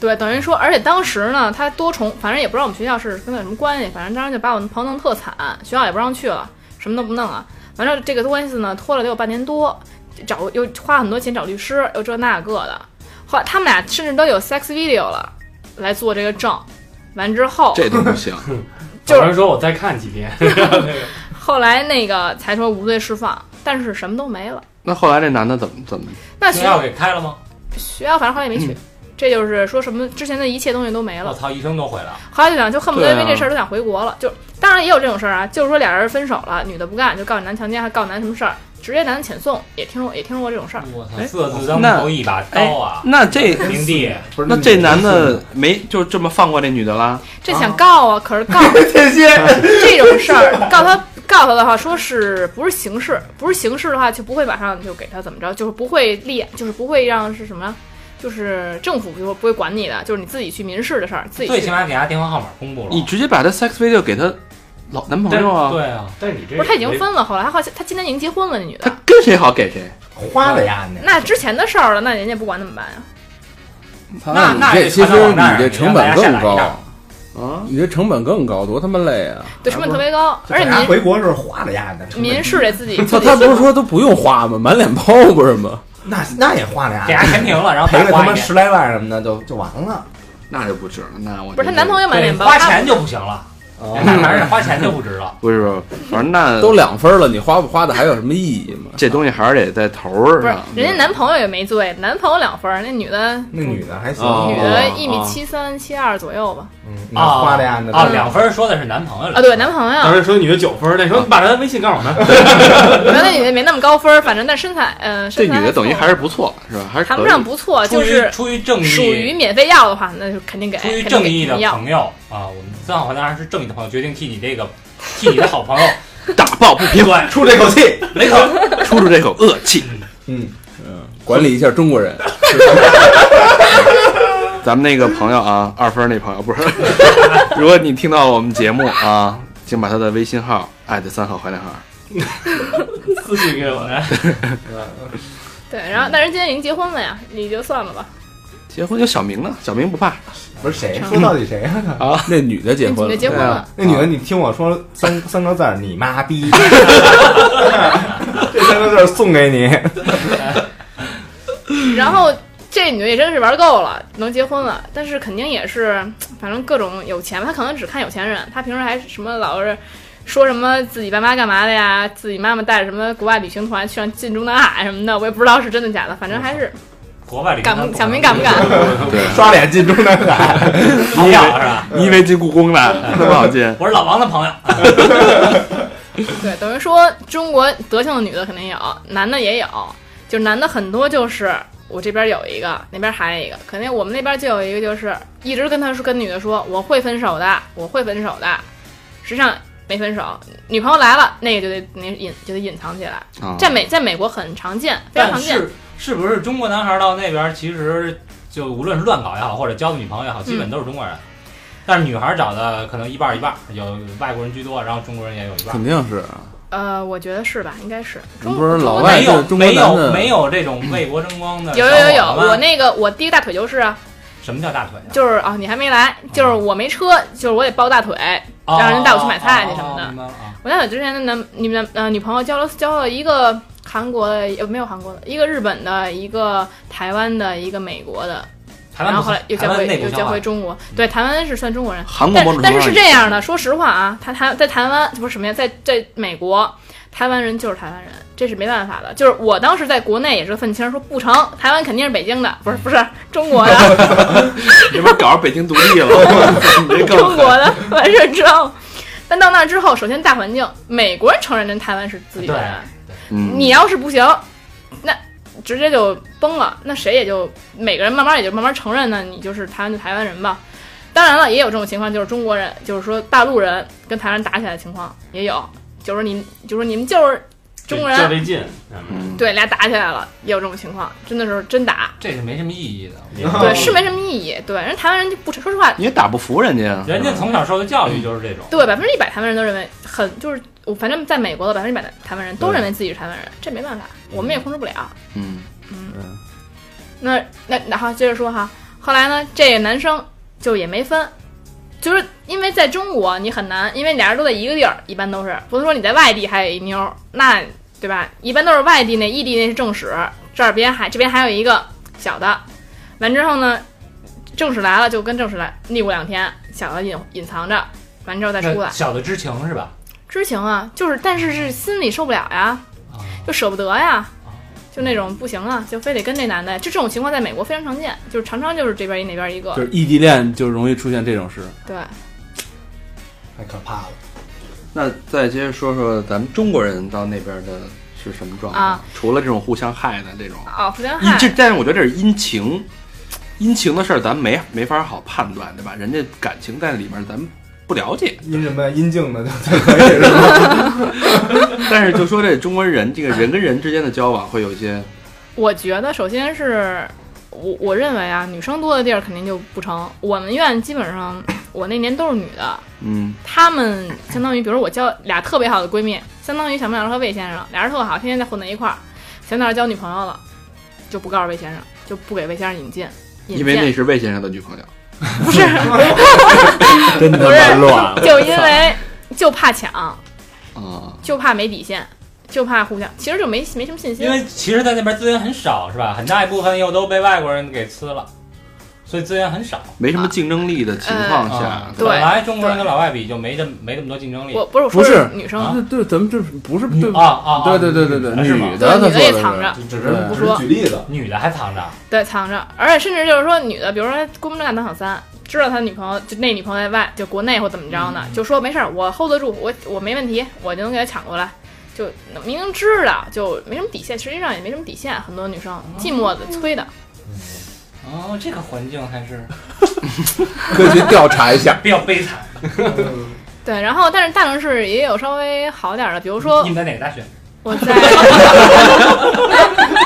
Speaker 7: 对，等于说，而且当时呢，他多重，反正也不知道我们学校是跟他有什么关系，反正当时就把我们朋友弄特惨，学校也不让去了，什么都不弄了。反正这个官司呢，拖了得有半年多，找又花很多钱找律师，又这那个的。后来他们俩甚至都有 sex video 了，来做这个证。完之后，
Speaker 3: 这都不行，
Speaker 7: 就是
Speaker 8: 有人说我再看几天，
Speaker 7: 后来那个才说无罪释放，但是什么都没了。
Speaker 3: 那后来这男的怎么怎么？
Speaker 7: 那
Speaker 6: 学
Speaker 7: 学
Speaker 6: 校嗯
Speaker 7: 校
Speaker 6: 给开了吗？
Speaker 7: 学校反正后来也没去，这就是说什么之前的一切东西都没
Speaker 6: 我
Speaker 7: 了。
Speaker 6: 操，一生都毁了。
Speaker 7: 后来就想，就恨不得因为
Speaker 3: 对啊
Speaker 7: 这事儿都想回国了。就当然也有这种事儿啊，就是说俩人分手了，女的不干，就告男强奸，还告男什么事儿，直接男的遣送，也听说也听说过这种事儿。
Speaker 6: 我操，
Speaker 3: 哎
Speaker 6: 色字当
Speaker 3: 那
Speaker 6: 头一把刀啊！
Speaker 3: 那这
Speaker 7: 哎
Speaker 6: 明帝，
Speaker 5: <laughs> 不是
Speaker 3: <laughs> 那这男的没就这么放过这女的啦？
Speaker 7: 这想告啊，可是告
Speaker 5: 这些
Speaker 7: 这种事儿，告他告他的话，说是不是刑事，不是刑事的话，就不会马上就给他怎么着，就是不会立，就是不会让是什么。就是政府就说不会管你的，就是你自己去民事的事儿，自己
Speaker 6: 最
Speaker 7: 去
Speaker 6: 起。码给他电话号码公布了。
Speaker 3: 你直接把他 sex video 给他老男朋友啊？
Speaker 6: 对啊，
Speaker 8: 但是你这
Speaker 7: 不是，他已经分了，后来他好像他今年已经结婚了，那女
Speaker 3: 他
Speaker 7: 的。
Speaker 3: 跟谁好给谁。
Speaker 5: 花了呀你。
Speaker 7: 那之前的事儿了，那人家不管怎么办啊呀？
Speaker 6: 那
Speaker 7: 嗯
Speaker 6: 那
Speaker 2: 这
Speaker 6: 就
Speaker 2: 其实
Speaker 6: 传到网
Speaker 2: 你
Speaker 6: 站上
Speaker 2: 这
Speaker 6: 去
Speaker 2: 成
Speaker 6: 让大
Speaker 2: 本
Speaker 6: 家下载
Speaker 2: 更
Speaker 6: 一下
Speaker 2: 高，
Speaker 3: 啊，
Speaker 2: 你这成本更高，多他妈累啊！
Speaker 7: 对，成本特别高，而且
Speaker 5: 等他
Speaker 7: 民
Speaker 5: 回国的时候花了呀你。
Speaker 7: 民事得自己。
Speaker 2: <laughs> 他
Speaker 7: 自己
Speaker 2: 他不是说都不用花吗？满脸包不是吗？
Speaker 5: 那那也花了呀
Speaker 6: 给，他全停了，然后
Speaker 5: 赔
Speaker 6: 再
Speaker 5: 个他
Speaker 6: 花
Speaker 5: 妈
Speaker 6: 一遍
Speaker 5: 十来万什么的就就完了。
Speaker 3: 那就不值了。那我
Speaker 7: 不是她男朋
Speaker 3: 友
Speaker 7: 友满脸
Speaker 6: 对
Speaker 7: 包，
Speaker 6: 花
Speaker 7: 她
Speaker 6: 钱就不行了，哎
Speaker 5: 哦
Speaker 6: 那男人花钱就不值
Speaker 3: <laughs>
Speaker 6: 了。
Speaker 3: 不是不是，反正那
Speaker 2: 都两分了，你花不花的还有什么意义吗？
Speaker 3: 这东西还是得在头儿
Speaker 7: 不是
Speaker 3: 上。
Speaker 7: 人家男朋友也没醉，男朋友两分儿，那女的
Speaker 5: 那女的还行，
Speaker 3: 哦
Speaker 7: 女的
Speaker 3: 哦
Speaker 7: 一米七三七二左右吧。
Speaker 5: 嗯，那
Speaker 6: 啊，
Speaker 5: 花了呀那
Speaker 6: 啊，两分说的是男朋友
Speaker 7: 啊，对，男朋友
Speaker 8: 当，时说女的九分，那时
Speaker 3: 啊
Speaker 8: 候你把他微信告诉我呢，
Speaker 7: 原来那女的没那么高分儿，反正但身材，呃，
Speaker 3: 这
Speaker 7: 身材
Speaker 3: 女的
Speaker 7: 还
Speaker 3: 等于
Speaker 7: 不
Speaker 3: 还
Speaker 7: 错
Speaker 3: 是不错，是吧？还是
Speaker 7: 谈不
Speaker 3: 可以
Speaker 7: 上不错，
Speaker 6: 出
Speaker 7: 就
Speaker 6: 于
Speaker 7: 是
Speaker 6: 出于正义，
Speaker 7: 属于免费要的话，那就肯定给，
Speaker 6: 出于
Speaker 7: 肯定
Speaker 6: 正
Speaker 7: 给
Speaker 6: 义的
Speaker 7: 要。
Speaker 6: 朋友啊，我们三好坏当然是正义的朋友，决定替你这个替你的好朋友
Speaker 3: 打抱不平，
Speaker 6: 对
Speaker 5: 出这口气，
Speaker 6: 雷总
Speaker 3: <laughs> 出出这口恶气。
Speaker 5: 嗯，
Speaker 2: 管理一下中国人，
Speaker 3: 咱们那个朋友啊，二分儿那朋友不
Speaker 6: <laughs>
Speaker 3: 是，如果你听到了我们节目啊，请把他的微信号艾特三好坏男孩儿。
Speaker 8: <laughs> 私信给我呢。
Speaker 7: 对，然后但人今天已经结婚了呀，你就算了吧。
Speaker 3: 结婚有小明呢，小明不怕。
Speaker 5: 不是谁说到底谁呀？
Speaker 2: 那女的结
Speaker 7: 那
Speaker 2: 婚
Speaker 7: 女的
Speaker 2: 了，
Speaker 7: 结婚
Speaker 3: 对啊
Speaker 7: 了，
Speaker 5: 那女的，你听我说三三个字儿，你妈 <laughs> 逼，这三个字儿送给你。
Speaker 7: 然后这女的也真是玩够了，能结婚了，但是肯定也是，反正各种有钱吧，她可能只看有钱人，她平时还什么老是说什么自己爸妈干嘛的呀，自己妈妈带着什么国外旅行团去上进中南海什么的，我也不知道是真的假的，反正还是
Speaker 6: 国外领
Speaker 7: 敢不小明敢不敢？
Speaker 3: 对，
Speaker 5: 刷脸进中南海，
Speaker 6: 朋友是吧？
Speaker 3: 你以为进故宫呢？ <laughs> 那么好进。
Speaker 6: 我是老王的朋友，啊
Speaker 7: 对，等于说中国德性的女的肯定有，男的也有，就是男的很多就是我这边有一个，那边还有一个，肯定我们那边就有一个，就是一直跟他说跟女的说我会分手的，我会分手的，实际上没分手，女朋友来了，那个就得那隐就得隐藏起来，
Speaker 3: 啊
Speaker 2: 哦
Speaker 7: 在美在美国很常见，非常
Speaker 6: 但
Speaker 7: 常见。
Speaker 6: 是是不是中国男孩到那边其实就无论是乱搞也好，或者交的女朋友也好，基本都是中国人。但是女孩找的可能一半儿一半儿，有外国人居多，然后中国人也有一半儿
Speaker 2: 肯。定是
Speaker 7: 呃，我觉得是吧，应该是
Speaker 2: 不
Speaker 7: 中
Speaker 2: 是
Speaker 7: 中
Speaker 2: 老
Speaker 7: 国
Speaker 2: 外
Speaker 6: 没有
Speaker 2: 这中国
Speaker 6: 没
Speaker 2: 男
Speaker 6: 有
Speaker 2: 的
Speaker 6: 没有这种为国争光的
Speaker 7: 有
Speaker 6: 小伙
Speaker 7: 有
Speaker 6: 子
Speaker 7: 有
Speaker 6: 吗。
Speaker 7: 有，我那个我第一个大腿就是啊，
Speaker 6: 什么叫大腿啊？
Speaker 7: 就是啊，你还没来，就是我没车，就是我得抱大腿，
Speaker 6: 哦
Speaker 7: 让人带我去买菜去什么的
Speaker 6: 哦明白了啊
Speaker 7: 我那我之前的男女男呃女朋友交了交了一个韩国的，呃没有韩国的，一个日本的，一个台湾的，一个美国的，
Speaker 6: 台湾
Speaker 7: 然后
Speaker 6: 不
Speaker 7: 后来又
Speaker 6: 台
Speaker 7: 交
Speaker 6: 湾内
Speaker 7: 回
Speaker 6: 部
Speaker 7: 又
Speaker 6: 消
Speaker 7: 交
Speaker 6: 化
Speaker 7: 回中国。对，台湾是算中国人，
Speaker 3: 韩国
Speaker 7: 但
Speaker 3: 某种
Speaker 7: 但是
Speaker 3: 程
Speaker 7: 是
Speaker 3: 度上
Speaker 7: 这样的，说实话啊，台台在台湾不是什么呀，在在美国，台湾人就是台湾人，这是没办法的。就是我当时在国内也是愤青，说不成，台湾肯定是北京的，不是不是中国的。
Speaker 3: 你们搞上北京独立 <laughs> 了，你这更
Speaker 7: 中国的完事儿之后，但到那之后，首先大环境，美国人承认人台湾是自己人，
Speaker 3: 嗯
Speaker 7: 你要是不行，那直接就崩了，那谁也就每个人慢慢也就慢慢承认呢，你就是台湾就台湾人吧。当然了，也有这种情况，就是中国人，就是说大陆人跟台湾人打起来的情况也有，就是你们，就是说你们就是中国
Speaker 8: 较
Speaker 7: 人，
Speaker 8: 这劲，咱们
Speaker 3: 嗯
Speaker 7: 对，俩打起来了，也有这种情况，真的是真打，
Speaker 6: 这是没什么意义的。
Speaker 5: 啊
Speaker 7: 对，是没什么意义，对，人台湾人就不承，说实话，
Speaker 3: 你也打不服人家啊，
Speaker 6: 人家
Speaker 3: 是吧
Speaker 6: 从小受的教育就是这种。
Speaker 7: 对，百分之一百台湾人都认为很就是，我反正在美国的百分之一百的台湾人都认为自己是台湾人，这没办法。我们也控制不了。
Speaker 3: 嗯
Speaker 7: 那那那好，接着说哈。后来呢，这个男生就也没分，就是因为在中国你很难，因为俩人都在一个地儿，一般都是不能说你在外地还有一妞儿，那对吧？一般都是外地那异地那是正史，这儿边还这边还有一个小的。完之后呢，正史来了就跟正史来腻咕两天，小的隐隐藏着，完之后再出来
Speaker 6: 那。小的知情是吧？
Speaker 7: 知情啊，就是但是是心里受不了呀，
Speaker 6: 啊，
Speaker 7: 就舍不得呀，
Speaker 2: 啊
Speaker 7: 就那种不行啊，就非得跟这男的。就这种情况在美国非常常见，就是常常就是这边一那边一个
Speaker 2: 就，是异地恋就容易出现这种事。
Speaker 7: 对，
Speaker 5: 太可怕了。
Speaker 3: 那再接着说说咱们中国人到那边的是什么状况？
Speaker 7: 啊
Speaker 3: 除了这种互相害的这种，
Speaker 7: 哦，互相
Speaker 3: 因
Speaker 7: 害
Speaker 3: 这，但是我觉得这是阴晴，阴晴的事儿咱没没法好判断，对吧？人家感情在里面，咱们不了解。
Speaker 6: <laughs>
Speaker 5: 阴什么呀？阴茎的就就可以是吧？
Speaker 3: 但是就说这中国人这个人跟人之间的交往会有一些，
Speaker 7: 我觉得首先是我我认为啊，女生多的地儿肯定就不成。我们院基本上我那年都是女的，
Speaker 3: 嗯
Speaker 7: 她们相当于，比如我交俩特别好的闺蜜，相当于小妙儿和魏先生，俩人特好，天天在混在一块儿。小妙儿交女朋友了，就不告诉魏先生，就不给魏先生引荐。引
Speaker 3: 因为
Speaker 7: 荐
Speaker 3: 那是魏先生的女朋友，
Speaker 7: 不是，
Speaker 5: <laughs>
Speaker 7: <laughs>
Speaker 5: 真他
Speaker 7: 不
Speaker 5: 妈
Speaker 7: 是
Speaker 5: 乱了。
Speaker 7: 就因为就怕抢，
Speaker 3: 啊、
Speaker 7: 就怕没底线，就怕互相，其实就没没什么信心
Speaker 6: 因。为其实，在那边资源很少是吧？很大一部分又都被外国人给吃了，所以资源很少。
Speaker 3: 没什么竞争力的情况下，
Speaker 6: 啊，
Speaker 7: 对
Speaker 6: 本来中国人跟老外比就没这没那么多竞争力。
Speaker 7: 我不是我
Speaker 2: 不
Speaker 7: 说
Speaker 2: 是
Speaker 7: 女生，
Speaker 6: 啊
Speaker 2: 对对，咱们这不是
Speaker 6: 女
Speaker 2: 对
Speaker 6: 啊啊，
Speaker 2: 对对对对对，
Speaker 6: 是
Speaker 2: 女
Speaker 6: 吗
Speaker 2: 的她
Speaker 7: 对
Speaker 2: 做
Speaker 7: 女
Speaker 2: 的
Speaker 7: 的也
Speaker 2: 是
Speaker 7: 藏着，
Speaker 5: 只
Speaker 2: 对
Speaker 5: 是只是举例子，
Speaker 6: 女的还藏着，
Speaker 7: 对，藏着，而且甚至就是说，女的，比如说郭明正大当小三，知道他女朋友就那女朋友在外，就国内或怎么着呢，就说没事儿，我 hold 得住，我我没问题，我就能给他抢过来。就明明知道，就没什么底线，实际上也没什么底线。很多女生寂寞的催的，
Speaker 6: 哦，这个环境还
Speaker 2: <laughs>
Speaker 6: 是
Speaker 2: 科学调查一下，
Speaker 6: <laughs> 比较悲惨。
Speaker 7: 对。然后，但是大城市也有稍微好点儿的，比如说
Speaker 6: 你们在哪个大学？
Speaker 8: <laughs>
Speaker 7: 我在，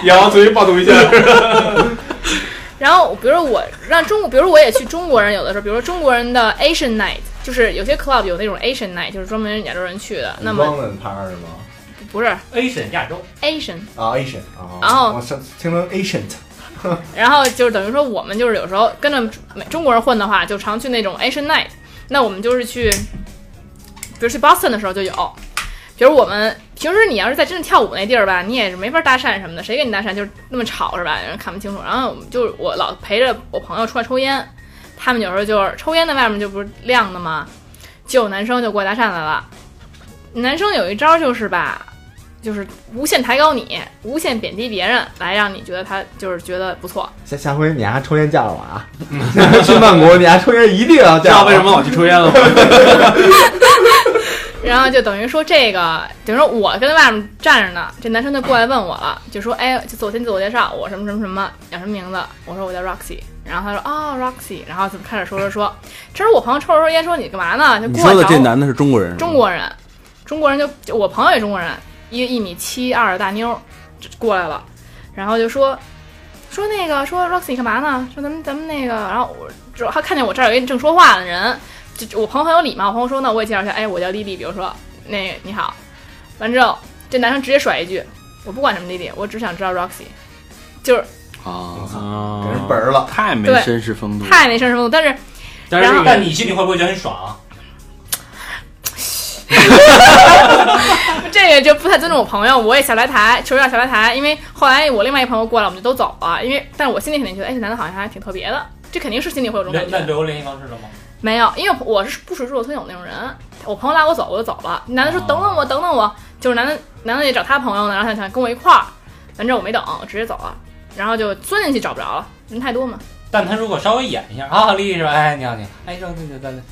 Speaker 8: 然后重新暴动一下，
Speaker 7: <laughs> 然后比如说我让中国，比如我也去中国人有的时候，比如说中国人的 Asian night，就是有些 club 有那种 Asian night，就是专门亚洲人去的。那么
Speaker 5: 光问他是吗？
Speaker 7: 不是
Speaker 6: Asian 亚洲，
Speaker 7: Asian。
Speaker 5: 啊，Asian 啊，
Speaker 7: 然后
Speaker 5: 我上次听成 Asian，
Speaker 7: 然后就是等于说我们就是有时候跟着美中国人混的话，就常去那种 Asian night。那我们就是去，比如去 Boston 的时候就有。比如我们平时你要是在真的跳舞那地儿吧，你也是没法搭讪什么的，谁跟你搭讪就是那么吵是吧？人看不清楚。然后我们就是我老陪着我朋友出来抽烟，他们有时候就是抽烟的外面就不是亮的吗？就有男生就过来搭讪来了。男生有一招就是吧，就是无限抬高你，无限贬低别人，来让你觉得他就是觉得不错。
Speaker 5: 下下回你还抽烟叫我啊！ <laughs> 去曼谷你还抽烟一定要
Speaker 3: 啊
Speaker 8: 知
Speaker 5: 叫
Speaker 8: 道
Speaker 5: 我。
Speaker 8: 为什么老去抽烟了吗？
Speaker 7: <laughs> 然后就等于说这个，等于说我跟外面站着呢，这男生就过来问我了，就说，哎，就自我先自我介绍，我什么什么什么，叫什么名字？我说我叫 Roxy。然后他说哦 Roxy，然后就开始说说说，这时候我朋友抽着抽烟说你干嘛呢？就
Speaker 2: 你
Speaker 7: 过来
Speaker 2: 说的
Speaker 7: 找
Speaker 2: 这
Speaker 7: 我
Speaker 2: 男的是中国
Speaker 3: 嗯
Speaker 2: 人，
Speaker 7: 中国人，中国人就就我朋友也中国人，一个一米七二的大妞儿就过来了，然后就说说那个说 Roxy 你干嘛呢？说咱们咱们那个，然后我就他看见我这儿有一正说话的人，就就我朋友很有礼貌，我朋友说那我也介绍一下，哎，我叫丽丽，比如说那个你好，完之后这男生直接甩一句，我不管什么丽丽，我只想知道 Roxy，就是
Speaker 3: 啊，
Speaker 5: 给人本儿了，
Speaker 3: 太没
Speaker 7: 对
Speaker 3: 绅士风度了，
Speaker 7: 太没绅士风度，但是
Speaker 8: 但是
Speaker 7: 然
Speaker 8: 这
Speaker 7: 后
Speaker 8: 个
Speaker 6: 但你心里会不会觉得很爽？啊
Speaker 7: 这个就不太尊重我朋友，我也下不来台，求点下不来台，因为后来我另外一朋友过来，我们就都走了，因为但是我心里肯定觉得，哎，这男的好像还挺特别的，这肯定是心里会有这种
Speaker 6: 那
Speaker 7: 感
Speaker 6: 那
Speaker 7: 觉。
Speaker 6: 留过联系方式了吗？
Speaker 7: 没有，因为我是不属于自我推崇那种人，哦我朋友拉我走，我就走了。男的说
Speaker 6: 哦
Speaker 7: 等等我，等等我，就是男的男的也找他朋友呢，然后他想跟我一块儿，反正我没等，我直接走了，然后就钻进去找不着了，人太多嘛。
Speaker 6: 但他如果稍微演一下啊，丽丽是吧？哎，你好你好，哎，这这这这，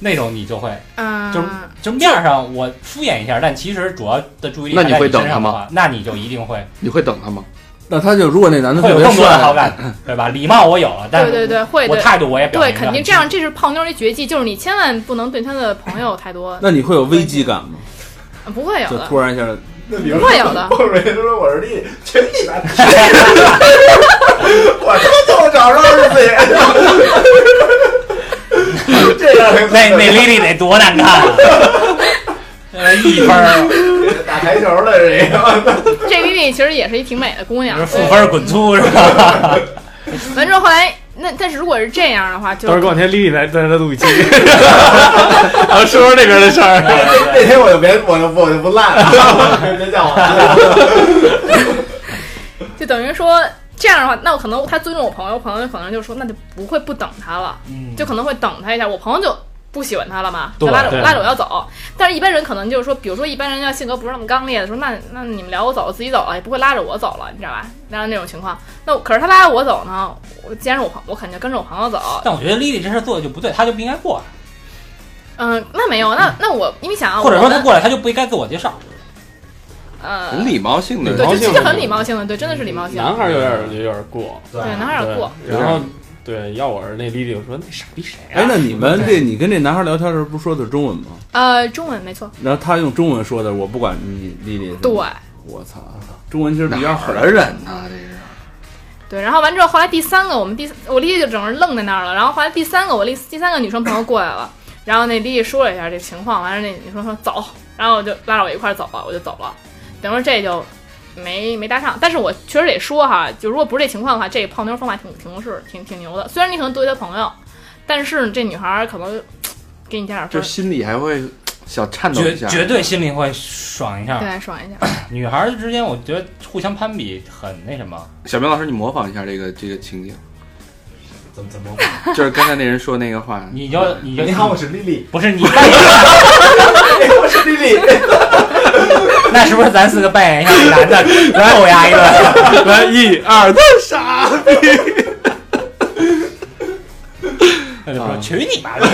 Speaker 6: 那种你就会，
Speaker 7: 嗯
Speaker 6: 就是就面上我敷衍一下，但其实主要的注意力
Speaker 3: 那
Speaker 6: 还
Speaker 3: 你
Speaker 6: 在
Speaker 3: 会
Speaker 6: 你身
Speaker 3: 等他
Speaker 6: 上的
Speaker 3: 吗
Speaker 6: 话，那你就一定会
Speaker 3: 你会等他吗？
Speaker 2: 那他就如果那男的
Speaker 6: 会
Speaker 2: 特
Speaker 6: 有
Speaker 2: 别
Speaker 6: 更多的好
Speaker 2: 帅，
Speaker 6: 感，对吧？礼貌我有了，但
Speaker 7: 对对对，会
Speaker 6: 我
Speaker 7: 对
Speaker 6: 态度我也表
Speaker 7: 对，
Speaker 6: 现得
Speaker 7: 肯定
Speaker 6: 很
Speaker 7: 这样，这是泡妞的一绝技，就是你千万不能对他的朋友太多，嗯
Speaker 2: 那你会有危机感吗？
Speaker 7: 不会有
Speaker 2: 就
Speaker 7: 的，
Speaker 2: 突然一下，
Speaker 5: 那比
Speaker 7: 不会有
Speaker 5: <laughs>
Speaker 7: 的。
Speaker 5: 后面就说我是丽丽，全你妈的！ <laughs> 我他妈就找着了自己， <laughs> 这样
Speaker 6: 那那丽丽得多难看啊！呃，一分儿，
Speaker 5: 那打台球的这个，
Speaker 7: <laughs> JBB 其实也是一挺美的姑娘
Speaker 6: 就是，负分滚粗是吧？ <laughs>
Speaker 7: 完之后后来那但是如果是这样的话，就
Speaker 8: 到时候过两天丽丽来再来录
Speaker 7: <laughs>
Speaker 8: 一期，然后说说这边的事
Speaker 5: 哎
Speaker 8: 儿。
Speaker 5: 那天我就别，我就不我就不赖 <laughs> 了，别叫我了。
Speaker 7: 就等于说这样的话，那我可能他尊重我朋友，我朋友可能就说那就不会不等他了，
Speaker 6: 嗯
Speaker 7: 就可能会等他一下。我朋友就不喜欢他了嘛，他
Speaker 8: 对
Speaker 7: 拉着
Speaker 8: 对
Speaker 7: 拉着我要走。但是一般人可能就是说，比如说一般人要性格不是那么刚烈的，说那那你们聊我走，我自己走了，也不会拉着我走了，你知道吧？然后那种情况，那我可是他拉着我走呢，我既然是我朋，我肯定跟着我朋友走。
Speaker 6: 但我觉得丽丽这事儿做的就不对，她就不应该过
Speaker 7: 啊
Speaker 6: 来，
Speaker 7: 嗯，那没有，那那我因为想啊，
Speaker 6: 或者
Speaker 7: 我
Speaker 6: 说她
Speaker 7: 们
Speaker 6: 过来她就不应该自我介绍。
Speaker 7: 呃，
Speaker 3: 很礼貌性的，
Speaker 7: 对，
Speaker 8: 貌
Speaker 7: 就
Speaker 8: 性
Speaker 7: 这
Speaker 8: 的
Speaker 7: 很礼貌性的，对，真的是礼貌性的。
Speaker 8: 男孩儿有点儿有点儿过，
Speaker 7: 对，男孩有点
Speaker 8: 对
Speaker 7: 过，，
Speaker 8: 然后对，要我是那丽丽，我说那傻逼谁啊？
Speaker 2: 哎，那你们这你跟这男孩聊天的时候不说的是中文吗？
Speaker 7: 呃，中文没错，
Speaker 2: 然后他用中文说的，我不管你丽丽。
Speaker 7: 对，
Speaker 2: 我操，中文其实比较
Speaker 3: 哪儿
Speaker 2: 狠
Speaker 3: 的。人呢？这是
Speaker 7: 对，然后完之后，后来第三个我们第我丽丽就整个人愣在那儿了。然后后来第三个我丽第三个女生朋友过来了，然后那丽丽说了一下这情况，完了那女生说走，然后我就拉着我一块儿走了，我就走了。等于说这就没没搭上，但是我确实得说哈，就如果不是这情况的话，这泡妞方法挺挺合适，挺挺牛的。虽然你可能多一交朋友，但是这女孩儿可能给你加点分
Speaker 3: 就
Speaker 7: 儿，
Speaker 3: 心里还会小颤抖
Speaker 6: 绝
Speaker 3: 一下，
Speaker 6: 绝对心里会爽一下。
Speaker 7: 对，爽一下。
Speaker 6: 女孩儿之间，我觉得互相攀比很那什么。
Speaker 3: 小明老师，你模仿一下这个这个情景，
Speaker 5: 怎么怎 <laughs> 么？
Speaker 3: 就是刚才那人说那个话，
Speaker 6: <laughs> 你就你就
Speaker 5: 你好，我是丽
Speaker 7: <laughs>
Speaker 5: 丽，
Speaker 6: 不
Speaker 3: <laughs>
Speaker 6: 是你，
Speaker 5: 我是丽丽。
Speaker 6: <laughs> 那是不是咱四个扮演一下那男的，来我丫一个？
Speaker 3: 来一二，
Speaker 6: 他就说
Speaker 3: 啊
Speaker 6: 去你妈的！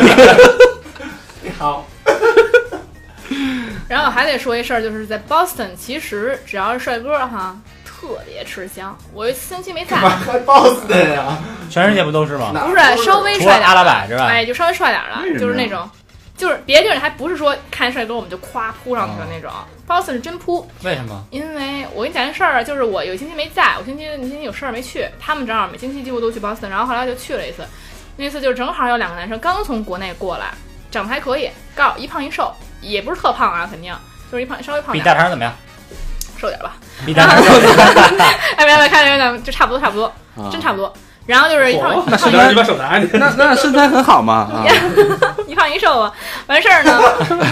Speaker 7: 然后还得说一事儿，就是在 Boston，其实只要是帅哥哈，特别吃香。我一星期没在，
Speaker 5: 还 boss 的呀？
Speaker 6: <laughs> 全世界不都是吗？
Speaker 7: 不是稍微
Speaker 6: 除
Speaker 7: 帅
Speaker 6: 了
Speaker 7: 点儿
Speaker 6: 阿拉
Speaker 7: 的，
Speaker 6: 伯之外，
Speaker 7: 哎，就稍微帅点儿的，就是那种，就是别的地儿还不是说看帅哥我们就夸扑上去的那种、b o s t o n 是真扑。
Speaker 6: 为什么？
Speaker 7: 因为我跟你讲件事儿，就是我有一星期没在，我星期那星期有事儿没去，他们正好每星期几乎都去 Boston，然后后来就去了一次，那次就正好有两个男生刚从国内过来，长得还可以，高一胖一瘦，也不是特胖啊，肯定就是一胖稍微胖
Speaker 6: 比
Speaker 7: 点
Speaker 6: 大
Speaker 7: 儿，
Speaker 6: 肠怎么样？
Speaker 7: 瘦点儿吧，
Speaker 6: 比大肠怎么样？
Speaker 7: 哎，没有没有，看见没有，就差不多，差不
Speaker 6: 啊
Speaker 7: 多，真差不多。然后就是一胖
Speaker 8: 哦那沈丹，你把手拿下去。
Speaker 3: 啊那那身材很
Speaker 7: <laughs>
Speaker 3: 好嘛啊，
Speaker 7: 一胖一瘦吧，完事儿呢，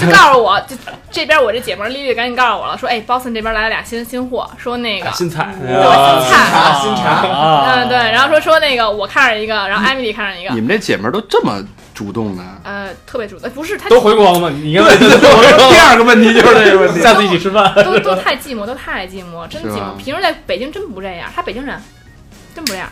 Speaker 7: 就告诉我，就这边我这姐们儿丽丽赶紧告诉我了，说哎，Boston 这边来了俩新新货，说那个，
Speaker 8: 新菜，
Speaker 7: 我新菜，
Speaker 5: 查新查，
Speaker 6: 啊
Speaker 7: 嗯对，然后说说那个我看上一个，然后艾米丽看上一
Speaker 3: 你
Speaker 7: 个，
Speaker 3: 们这姐们儿都这么主动
Speaker 2: <laughs>
Speaker 3: 呢？
Speaker 7: 呃，特别主动，不是她
Speaker 8: 都回国了吗？你应该
Speaker 3: 第二个问题就是这个问题，
Speaker 8: 下次一起吃饭。 <laughs>
Speaker 7: 都都太寂寞，都太寂寞，真
Speaker 3: 是
Speaker 7: 寂
Speaker 3: 吧
Speaker 7: 寞。平时在北京真不这样，他北京人真不这样，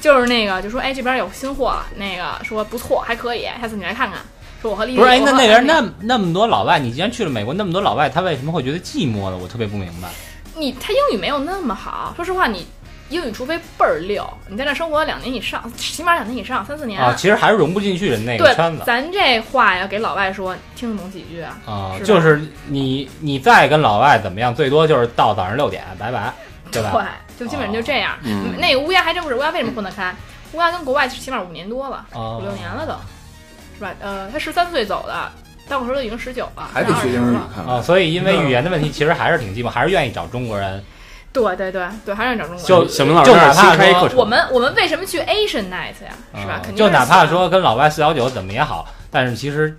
Speaker 7: 就是那个就说哎这边有新货了，那个说不错，还可以，下次你来看看。说我和丽丽
Speaker 6: 不是，哎，
Speaker 7: 我
Speaker 6: 那
Speaker 7: 和
Speaker 6: 那
Speaker 7: 艾
Speaker 6: 边
Speaker 7: 米丽
Speaker 6: 那那么多老外，你既然去了美国，那么多老外，他为什么会觉得寂寞呢？我特别不明白。
Speaker 7: 你他英语没有那么好，说实话，你英语除非倍儿溜，你在那生活两年以上，起码两年以上，三四年。
Speaker 6: 啊，其实还是融不进去人那个
Speaker 7: 哎对
Speaker 6: 圈，子
Speaker 7: 咱这话要给老外说，听得懂几句啊？
Speaker 6: 啊
Speaker 7: 是，吧
Speaker 6: 就是你你再跟老外怎么样，最多就是到早上六点，拜拜，对吧？啊
Speaker 7: 就基本上就这样。
Speaker 3: 嗯
Speaker 7: 那个乌鸦还真不是，乌鸦为什么混得开？乌鸦跟国外起码五年多了，
Speaker 6: 啊
Speaker 7: 五六年了都，是吧？呃，他十三岁走的，但我说都已经十九了，
Speaker 2: 还得学
Speaker 7: 20
Speaker 2: 英语
Speaker 7: 了。
Speaker 2: 看
Speaker 6: 啊，所以因为语言的问题，其实还是挺寂寞，还是愿意找中国人。
Speaker 7: 对对对对，还是找中国人。
Speaker 6: 就
Speaker 8: 小明老师
Speaker 6: 就
Speaker 8: 那
Speaker 6: 哪
Speaker 8: 儿新
Speaker 6: 怕
Speaker 8: 开一
Speaker 6: 说
Speaker 8: 课程，
Speaker 7: 我们我们为什么去 Asian Night 呀？
Speaker 6: 啊
Speaker 7: 是吧？肯定
Speaker 6: 就是哪怕
Speaker 7: 想
Speaker 6: 说跟老外四幺九怎么也好，但是其实，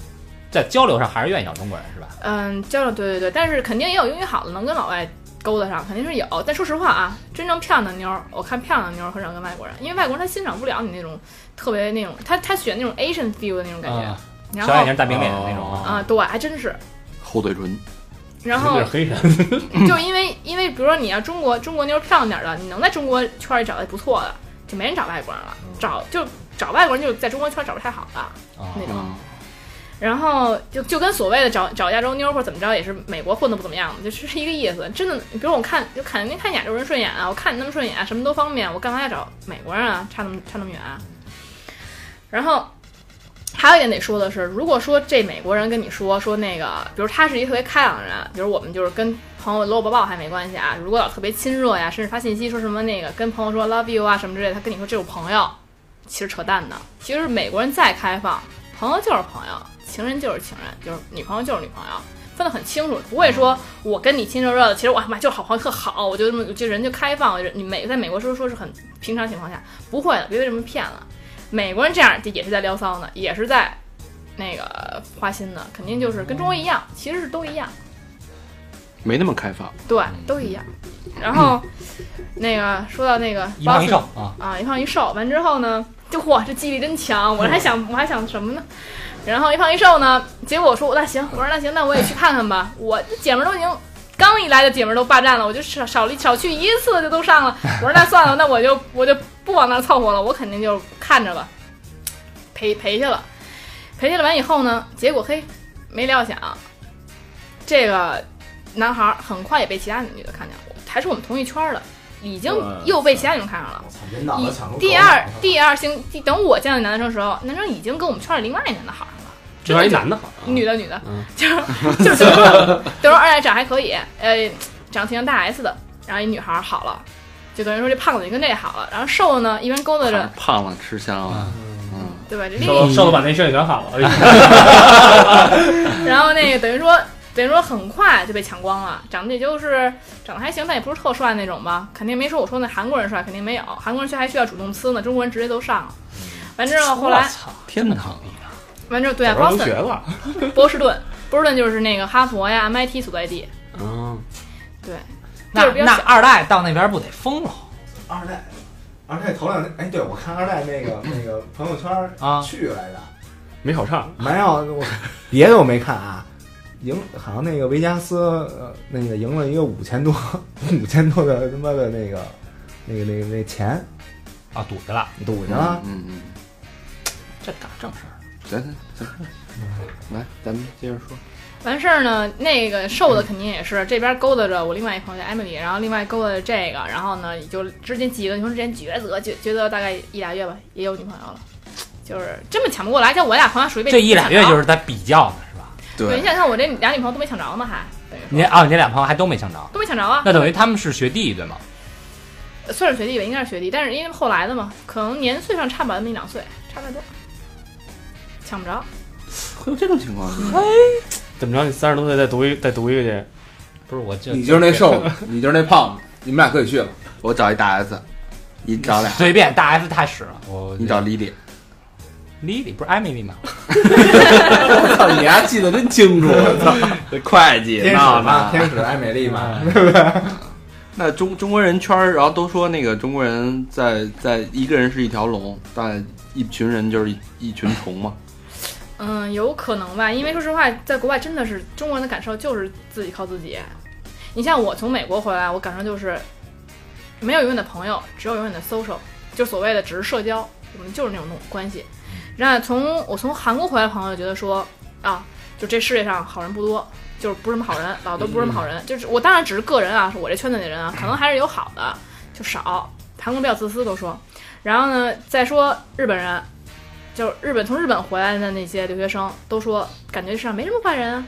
Speaker 6: 在交流上还是愿意找中国人，是吧？
Speaker 7: 嗯，交流对对对，但是肯定也有英语好的能跟老外勾搭上，肯定是有。但说实话啊，真正漂亮的妞儿，我看漂亮的妞儿很少跟外国人，因为外国人他欣赏不了你那种特别那种，他他选那种 Asian feel 的那种感觉。
Speaker 6: 啊
Speaker 7: 然
Speaker 6: 小眼
Speaker 7: 后
Speaker 6: 睛、大饼脸的那种。
Speaker 7: 啊、对，还真
Speaker 6: <laughs>
Speaker 7: 是。
Speaker 3: 厚嘴唇，
Speaker 7: 然
Speaker 8: 有
Speaker 7: 后
Speaker 8: 点黑人，
Speaker 7: 就因为因为比如说你要中国中国妞儿漂亮点儿的，你能在中国圈儿里找到不错的，就没人找外国人了。找就找外国人就在中国圈儿找不太好的
Speaker 6: 啊
Speaker 7: 那种。
Speaker 3: 嗯，
Speaker 7: 然后就就跟所谓的找找亚洲妞儿或者怎么着，也是美国混的不怎么样嘛，就是一个意思。真的，比如我看就肯定看亚洲人顺眼啊，我看你那么顺眼、什么都方便，我干嘛要找美国人啊？差那么差那么远、啊。然后还有一点得说的是，如果说这美国人跟你说说那个，比如他是一特别开朗的人，啊比如我们就是跟朋友搂搂抱抱还没关系啊，如果老特别亲热呀，甚至发信息说什么那个跟朋友说 love you 啊什么之类的，他跟你说这是我朋友，其实扯淡的。其实美国人再开放，朋友就是朋友，情人就是情人，就是女朋友就是女朋友。分得很清楚，不会
Speaker 6: 嗯
Speaker 7: 说我跟你亲热热的，其实我他妈就好朋友特好，我就这么就人就开放，人你美在美国说说是很平常情况下不会的，别被这么骗了。美国人这样也是在撩骚呢，也是在那个花心呢，肯定就是跟中国一样，其实是都一样，
Speaker 3: 没那么开放。
Speaker 7: 对，都一样。然后那个说到那个
Speaker 6: 一
Speaker 7: 包
Speaker 6: 胖一
Speaker 7: 子
Speaker 6: 瘦啊，
Speaker 7: 啊，一胖一瘦，完之后呢，就嚯，这记忆力真强，我还想我还想什么呢？然后一胖一瘦呢，结果我说那行，我说那行，那我也去看看吧。我这姐们儿都已经刚一来的姐们儿都霸占了，我就少少了少去一次就都上了。我说那算了，那我就我就不往那儿凑合了，我肯定就看着吧，陪陪去了，陪去了完以后呢，结果嘿，没料想，这个男孩儿很快也被其他女的看见了，还是我们同一圈儿的，已经
Speaker 2: 哇
Speaker 7: 又被其他女人看上了。
Speaker 5: 我操，人脑子抢出
Speaker 7: 第二第二星，第等我见到男生的时候，男生已经跟我们圈里另外一男的好上了，
Speaker 8: <laughs> 这玩意儿一男的好，
Speaker 7: 女的女的，
Speaker 8: 嗯
Speaker 7: 就是 <laughs> 就是德州德州二代长还可以，呃，长挺像大 S 的，然后一女孩儿好了，就等于说这胖子就跟这好了，然后瘦的呢一般勾搭着，
Speaker 3: 胖了吃香
Speaker 2: 啊
Speaker 3: 了，嗯，
Speaker 7: 对吧？这另
Speaker 6: 瘦
Speaker 8: 哦
Speaker 7: 一
Speaker 6: 瘦了把那事全好
Speaker 8: 哎
Speaker 6: 了，
Speaker 7: 然后那个等于说。等于说很快就被抢光了，长得也就是长得还行，但也不是特帅那种吧，肯定没说我说那韩国人帅，肯定没有，韩国人去还需要主动呲呢，中国人直接都上了。完之后后来，
Speaker 3: 天堂
Speaker 7: 完之后对啊
Speaker 4: 早上
Speaker 7: ，Boston
Speaker 4: 留学了，
Speaker 7: <laughs> 波士顿，波士顿就是那个哈佛呀、MIT 所在地。
Speaker 8: 嗯，
Speaker 7: 对，
Speaker 6: 那
Speaker 7: 就是比较
Speaker 6: 那
Speaker 7: 小
Speaker 6: 二代到那边不得疯了
Speaker 5: 二代，二代头两天，哎，对我看二代那个那个朋友圈儿
Speaker 6: 啊？
Speaker 5: 去来着，
Speaker 4: 没考上，
Speaker 5: 没有我别的我没看啊，赢好像那个维加斯呃那个赢了一个五千多五千多的他妈的那个那个那个那钱
Speaker 6: 啊，赌去了，
Speaker 5: 赌去
Speaker 2: 啊
Speaker 5: 了，
Speaker 3: 嗯嗯，
Speaker 6: 这干正事儿。
Speaker 3: 咱咱来，咱们接着说，
Speaker 7: 完事儿呢，那个瘦的肯定也是这边勾搭着我另外一朋友叫 Emily，然后另外勾搭着这个，然后呢也就之间几个女生之间抉择，抉抉择大概一俩月吧，也有女朋友了，就是这么抢不过来。像我俩朋友属于被
Speaker 6: 这一俩月
Speaker 7: 抢
Speaker 6: 就
Speaker 7: 着
Speaker 6: 是在比较呢，是吧？
Speaker 7: 对，
Speaker 3: 对
Speaker 7: 你，想想我这俩女朋友都没抢着呢，还等于说
Speaker 6: 你啊，你这俩朋友还都没抢着，
Speaker 7: 都没抢着啊，
Speaker 6: 那等于他们是学弟对吗？
Speaker 7: 算是学弟吧，应该是学弟，但是因为后来的嘛，可能年岁上差不了那么一两岁，差不太多，抢不着。
Speaker 3: 会有这种情况是吗？
Speaker 8: 怎么着？你三十多岁再读一再读一个去，
Speaker 6: 不是，我就
Speaker 2: <laughs> 你就是那
Speaker 3: <laughs>
Speaker 2: 瘦子，你就是那胖子，你们俩可以去了。
Speaker 3: 我找一大 S，你找
Speaker 2: <laughs>
Speaker 3: 俩，
Speaker 6: 随便大 S 太屎了，我
Speaker 3: 你找 Lily，
Speaker 6: Lily 不是艾米丽吗？
Speaker 2: 我 <laughs> 操，你丫记得真清楚！我操，啊
Speaker 3: 这 <laughs> 会计
Speaker 5: 天使
Speaker 3: 闹闹
Speaker 5: 嘛，天使爱美丽嘛，
Speaker 3: 那中中国人圈儿，然后都说那个中国人在在一个人是一条龙，但一群人就是一一群虫嘛。
Speaker 7: 嗯，有可能吧，因为说实话，在国外真的是中国人的感受就是自己靠自己。你像我从美国回来，我感受就是没有永远的朋友，只有永远的 social，就所谓的只是社交，我们就是那种关系。然后从我从韩国回来的朋友觉得说啊，就这世界上好人不多，就是不是什么好人，老都不是什么好人。就是我当然只是个人啊，是我这圈子里的人啊，可能还是有好的，就少。韩国比较自私都说，然后呢，再说日本人，就是日本从日本回来的那些留学生都说，感觉世上没什么坏人啊，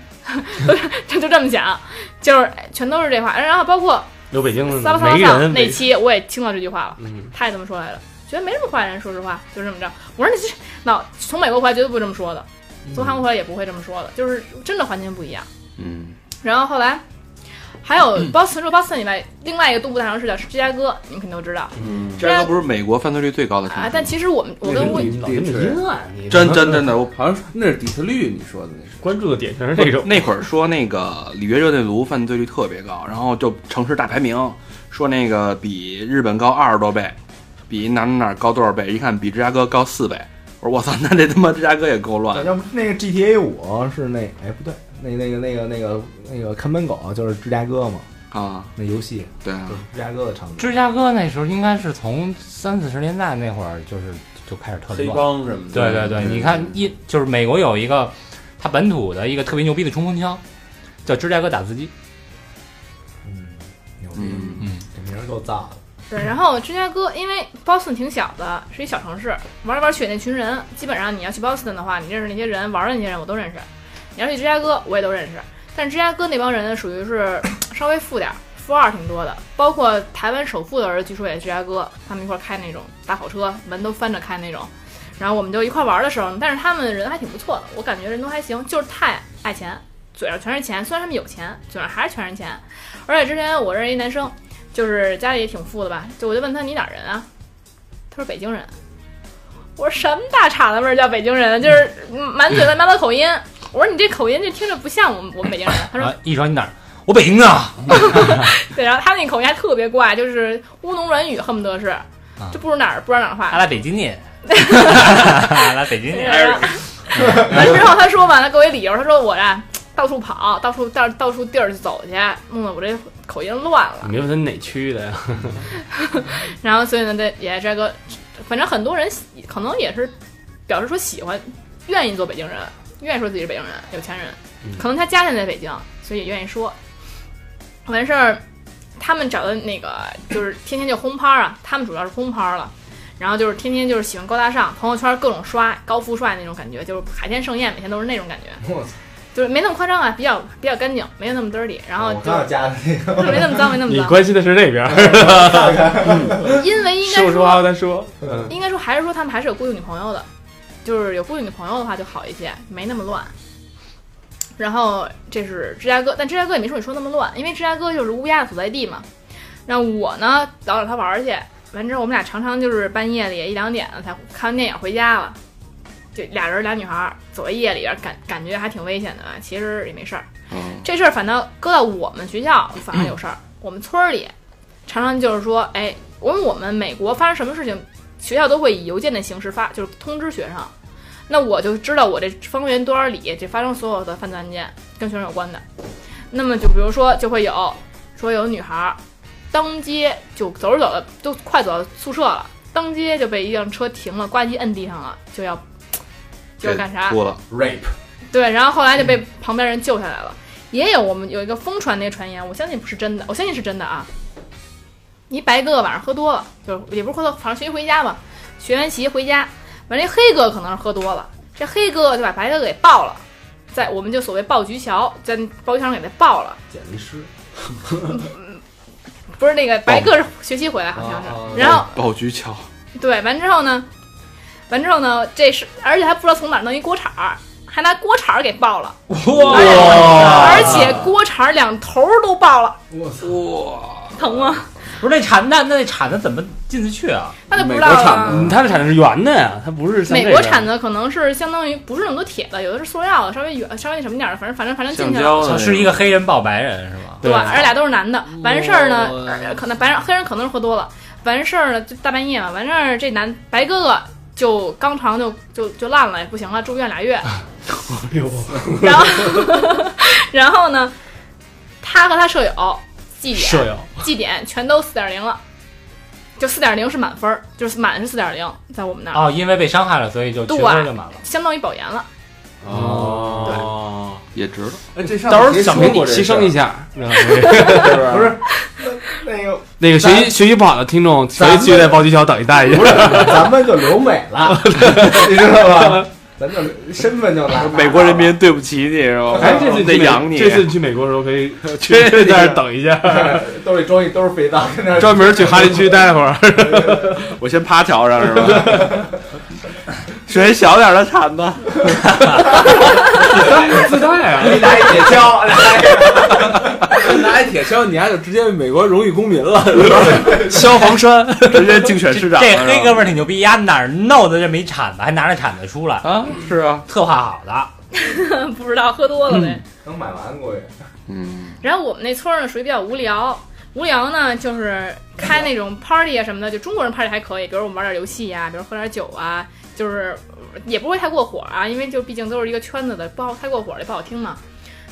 Speaker 7: 就就这么讲，就是全都是这话。然后包括
Speaker 8: 留北京的
Speaker 7: 撒吧撒吧
Speaker 8: 每
Speaker 7: 撒
Speaker 8: 个
Speaker 7: 吧
Speaker 8: 嗯人
Speaker 7: 那
Speaker 8: 每
Speaker 7: 期我也听到这句话了，
Speaker 8: 嗯，
Speaker 7: 他也这么说来了，觉得没什么坏人，说实话就这么着。我说你这那从美国回来绝对不这么说的，从韩国回来也不会这么说的，就是真的环境不一样。
Speaker 3: 嗯，
Speaker 7: 然后后来还有包除了 Boston 以外，另外一个东部大城市叫芝加哥，你们肯定都知道
Speaker 3: 芝加哥不是美国犯罪率最高的城市
Speaker 7: 啊
Speaker 3: 吗。。
Speaker 7: 但其实我们我跟乌
Speaker 5: 那是
Speaker 8: 老
Speaker 5: 地
Speaker 8: 跟
Speaker 5: 地
Speaker 8: 着
Speaker 5: 址
Speaker 8: 阴暗，你
Speaker 3: 真真真的，我
Speaker 2: 好像是那是底特律，你说的
Speaker 8: <laughs>
Speaker 2: 那
Speaker 8: 嗯
Speaker 2: 是。
Speaker 8: 关注的点全是这种。
Speaker 3: 那会儿说那个里约热内卢犯罪率特别高，然后就城市大排名，说那个比日本高二十多倍，比哪哪哪高多少倍，一看比芝加哥高四倍。我说我操，那这他妈芝加哥也够乱。
Speaker 5: 要不那个 GTA 五是那哎不对，那那个那个那个那个看门狗就是芝加哥嘛，
Speaker 3: 啊，
Speaker 5: 那游戏
Speaker 3: 对啊
Speaker 5: 就，是芝加哥的场景，
Speaker 6: 芝加哥那时候应该是从三四十年代那会儿就是就开始特别
Speaker 2: 黑
Speaker 6: 乱，
Speaker 2: 帮嗯什么
Speaker 6: 对
Speaker 2: 的，
Speaker 6: 对对，你看一就是美国有一个它本土的一个特别牛逼的冲锋枪，叫芝加哥打字机。
Speaker 5: 嗯，牛逼，
Speaker 3: 嗯，
Speaker 6: 嗯，
Speaker 5: 这名儿够造的。
Speaker 7: 对，然后芝加哥，因为 Boston 挺小的，是一小城市，玩来玩去那群人，基本上你要去 Boston 的话，你认识那些人，玩的那些人我都认识；你要去芝加哥，我也都认识。但是芝加哥那帮人属于是稍微富点儿，富二挺多的，包括台湾首富的儿子，据说也是芝加哥，他们一块儿开那种大跑车，门都翻着开那种。然后我们就一块儿玩的时候，但是他们人还挺不错的，我感觉人都还行，就是太爱钱，嘴上全是钱，虽然他们有钱，嘴上还是全是钱。而且之前我认识一男生，就是家里也挺富的吧，就我就问他你哪儿人啊？他说北京人。我说什么大碴子味儿叫北京人？啊就是满嘴乱七八糟口音。我说你这口音这听着不像我们我们北京人。他说
Speaker 6: 啊，一说你哪儿？我北京啊的，
Speaker 7: <laughs> 对，然后他那口音还特别怪，就是乌龙软语，恨不得是，就不知哪儿不知道哪儿话
Speaker 6: 他。来北
Speaker 7: <laughs>
Speaker 6: 京的，他来北京
Speaker 7: 对
Speaker 6: 的。
Speaker 7: 然
Speaker 2: 哎
Speaker 7: 后完之后他说嘛，他给我一理由，他说我呀到处跑，到处到到处地儿走去，弄得我这口音乱了。
Speaker 8: 你问他哪区的呀？
Speaker 7: 然后所以呢，这也这个，反正很多人喜可能也是表示说喜欢，愿意做北京人，愿意说自己是北京人，有钱人，
Speaker 5: 嗯
Speaker 7: 可能他家现在在北京，所以也愿意说。完事儿，他们找的那个就是天天就轰趴啊，他们主要是轰趴了。然后就是天天就是喜欢高大上，朋友圈各种刷高富帅那种感觉，就是海天盛宴，每天都是那种感觉，
Speaker 5: 我操！
Speaker 7: 就是没那么夸张啊，比较比较干净，没有那么 dirty，然后
Speaker 5: 哦我
Speaker 7: 就
Speaker 5: 刚要加的那个，
Speaker 7: 没那么脏，没那么
Speaker 4: 你
Speaker 7: 脏，
Speaker 4: 关心的是那边儿，
Speaker 7: 因为应该
Speaker 4: <laughs> 说
Speaker 7: 说
Speaker 4: 说话再说。
Speaker 5: 嗯
Speaker 7: 应该说还是说他们还是有固定女朋友的，就是有固定女朋友的话就好一些，没那么乱。然后这是芝加哥，但芝加哥也没说你说那么乱，因为芝加哥就是乌鸦的所在地嘛。那我呢老找他玩儿去，完之后我们俩常常就是半夜里一两点了才看完电影回家了，就俩人俩女孩儿走在夜里边儿，感感觉还挺危险的吧，其实也没事儿。
Speaker 3: 嗯，
Speaker 7: 这事儿反倒搁到我们学校反而有事儿。我们村儿里常常就是说，哎，我们我们美国发生什么事情，学校都会以邮件的形式发，就是通知学生。那我就知道我这方圆多少里这发生所有的犯罪案件跟学生有关的。那么就比如说就会有说有女孩儿当街就走着走着都快走到宿舍了，当街就被一辆车停了，呱唧摁地上了，就要就要干啥？
Speaker 3: 哭了，
Speaker 2: rape
Speaker 7: 对，然后后来就被旁边人救下来了。也有我们有一个疯传那个传言，我相信不是真的，我相信是真的啊。一白哥晚上喝多了，就是也不是喝多，反正学习回家嘛，学完习回家，完这黑哥可能是喝多了，这黑哥就把白哥给抱了，在我们就所谓抱菊桥，在抱菊桥上给他抱了，
Speaker 2: 剪了一师，
Speaker 7: 不是那个白哥是学习回来好像是，然后
Speaker 3: 爆菊桥，
Speaker 7: 对，完之后呢，完之后呢，这是而且还不知道从哪儿弄一锅铲儿，还拿锅铲儿给爆了。
Speaker 2: 哎哦
Speaker 7: 而且锅铲儿两头儿都爆了，
Speaker 3: 哇，
Speaker 7: 疼吗？
Speaker 6: 不是那铲子，那那铲子怎么进得去啊？
Speaker 7: 那就不
Speaker 3: 美
Speaker 7: 知
Speaker 3: 国
Speaker 7: 道
Speaker 3: 产的
Speaker 7: 了。
Speaker 8: 嗯，它的产的是圆的呀，它不是像
Speaker 7: 美
Speaker 8: 这
Speaker 7: 国
Speaker 8: 个
Speaker 7: 产的可能是相当于不是那么多铁的，有的是塑料的，稍微圆稍微那什么点儿的，反正反正反正
Speaker 3: 橡
Speaker 7: 进去了。
Speaker 3: 胶的那
Speaker 6: 是一
Speaker 3: 种
Speaker 6: 个黑人抱白人是吗？
Speaker 7: 对，
Speaker 8: 对
Speaker 7: 而且俩都是男的。完事儿呢，
Speaker 2: 哇
Speaker 7: 呃可能白人黑人可能是喝多了，完事儿呢就大半夜嘛，完事儿这男白哥哥就肛肠就就就烂了，也不行了，住院
Speaker 3: <laughs>
Speaker 7: 俩月。然后 <laughs> 然后呢，他和他舍友祭奠
Speaker 8: 舍友，
Speaker 7: 绩点全都四点零了，就四点零是满分儿，就是满是四点零，在我们那儿、
Speaker 6: 哦，因为被伤害了，所以就全
Speaker 7: 对
Speaker 6: 分就满了。
Speaker 7: 相当于保研了。 <laughs>
Speaker 8: 哦，
Speaker 3: 也值了，
Speaker 2: 哎，这上
Speaker 8: 到时候
Speaker 2: 谁
Speaker 8: 想
Speaker 2: 说
Speaker 8: 给你
Speaker 2: 过这
Speaker 8: 牺
Speaker 2: 事儿
Speaker 8: 牲一下，知道吗
Speaker 4: 嗯
Speaker 2: 是不是？
Speaker 5: 那个
Speaker 8: <laughs> 那个学习学习不好的听众，
Speaker 5: 咱
Speaker 8: 谁
Speaker 5: 们
Speaker 8: 去在包机桥等一待去？
Speaker 5: 不是，咱们就留美了，
Speaker 2: <laughs>
Speaker 5: 你知道吧？咱就身份就拿
Speaker 3: 美国人。民对不起你是吧？
Speaker 8: 哎，这次
Speaker 3: 得
Speaker 8: 去美
Speaker 3: 养你，
Speaker 8: 这次去美国的时候可 <laughs> 以去
Speaker 3: 对对
Speaker 8: 在那儿等一下，
Speaker 5: <laughs> 兜里装一兜肥皂，跟那
Speaker 8: <laughs> 专门去哈林区
Speaker 4: <laughs>
Speaker 8: 待会儿。
Speaker 3: 我先趴桥上是吧？选小点的铲子，
Speaker 8: 自带啊，
Speaker 5: 拿一铁锹，
Speaker 2: 哎拿一铁锹，你还就直接美国荣誉公民了。
Speaker 3: 消防栓，直接竞选市长了
Speaker 6: 这
Speaker 3: 是吧。
Speaker 6: 黑哥们儿挺牛逼，丫哪儿弄的这么一铲子，还拿着铲子出来，
Speaker 3: 啊，是啊，
Speaker 6: 策划好的。
Speaker 7: 不知道喝多了呗。
Speaker 5: 能买完过去。
Speaker 3: 嗯，
Speaker 7: 然后我们那村儿呢属于比较无聊，无聊呢就是开那种 party 啊什么的，就中国人 party 还可以，比如我们玩点游戏啊，比如喝点酒啊，就是呃也不会太过火啊，因为就毕竟都是一个圈子的，不好太过火的不好听嘛。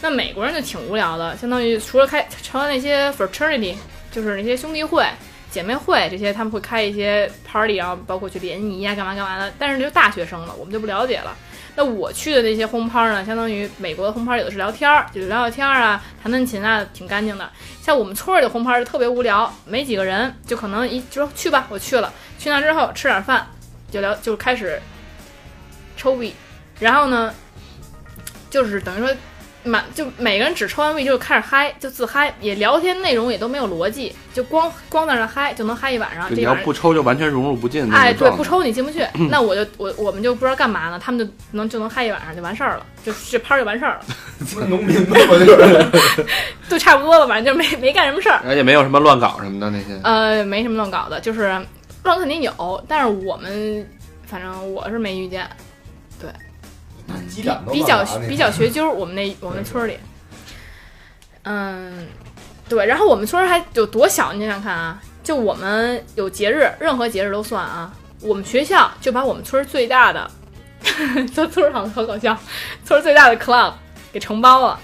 Speaker 7: 那美国人就挺无聊的，相当于除了开除了那些 fraternity，就是那些兄弟会、姐妹会这些，他们会开一些 party，然后包括去联谊啊，干嘛干嘛的。但是就大学生了，我们就不了解了。那我去的那些轰趴呢，相当于美国的轰趴有的是聊天儿，就是聊聊天儿啊，弹弹琴啊，挺干净的。像我们村儿里的轰趴就特别无聊，没几个人，就可能一就说去吧，我去了，去那之后吃点饭，就聊就开始抽 B，然后呢，就是等于说满就每个人只抽完 V 就开始嗨，就自嗨，也聊天内容也都没有逻辑，就光光在那嗨就能嗨一晚上。
Speaker 3: 就
Speaker 7: 啊这
Speaker 3: 你
Speaker 7: 一
Speaker 3: 要
Speaker 7: 晚上
Speaker 3: 不抽就完全融入不进那
Speaker 7: 哎，
Speaker 3: 种
Speaker 7: 对，
Speaker 3: 状
Speaker 7: 不
Speaker 3: 态。
Speaker 7: 抽你进不去，那我就我我们就不知道干嘛呢，他们就能就能嗨一晚上就完事儿了，就这趴儿就完事儿了，
Speaker 5: 农民嘛，我就是
Speaker 7: 就差不多了，反正就没没干什么事儿。
Speaker 3: 而且没有什么乱搞什么的那些。
Speaker 7: 呃，没什么乱搞的，就是乱肯定有，但是我们反正我是没遇见，
Speaker 5: 机
Speaker 7: 比
Speaker 5: 长都
Speaker 7: 比
Speaker 5: 乱
Speaker 7: 较
Speaker 5: 了啊那
Speaker 7: 比较学究儿，我们那我们村儿里，嗯，对，然后我们村儿还有多小？你想想看啊，就我们有节日，任何节日都算啊。我们学校就把我们村儿最大的， <laughs> 这村儿好好搞笑，村儿最大的 club 给承包了，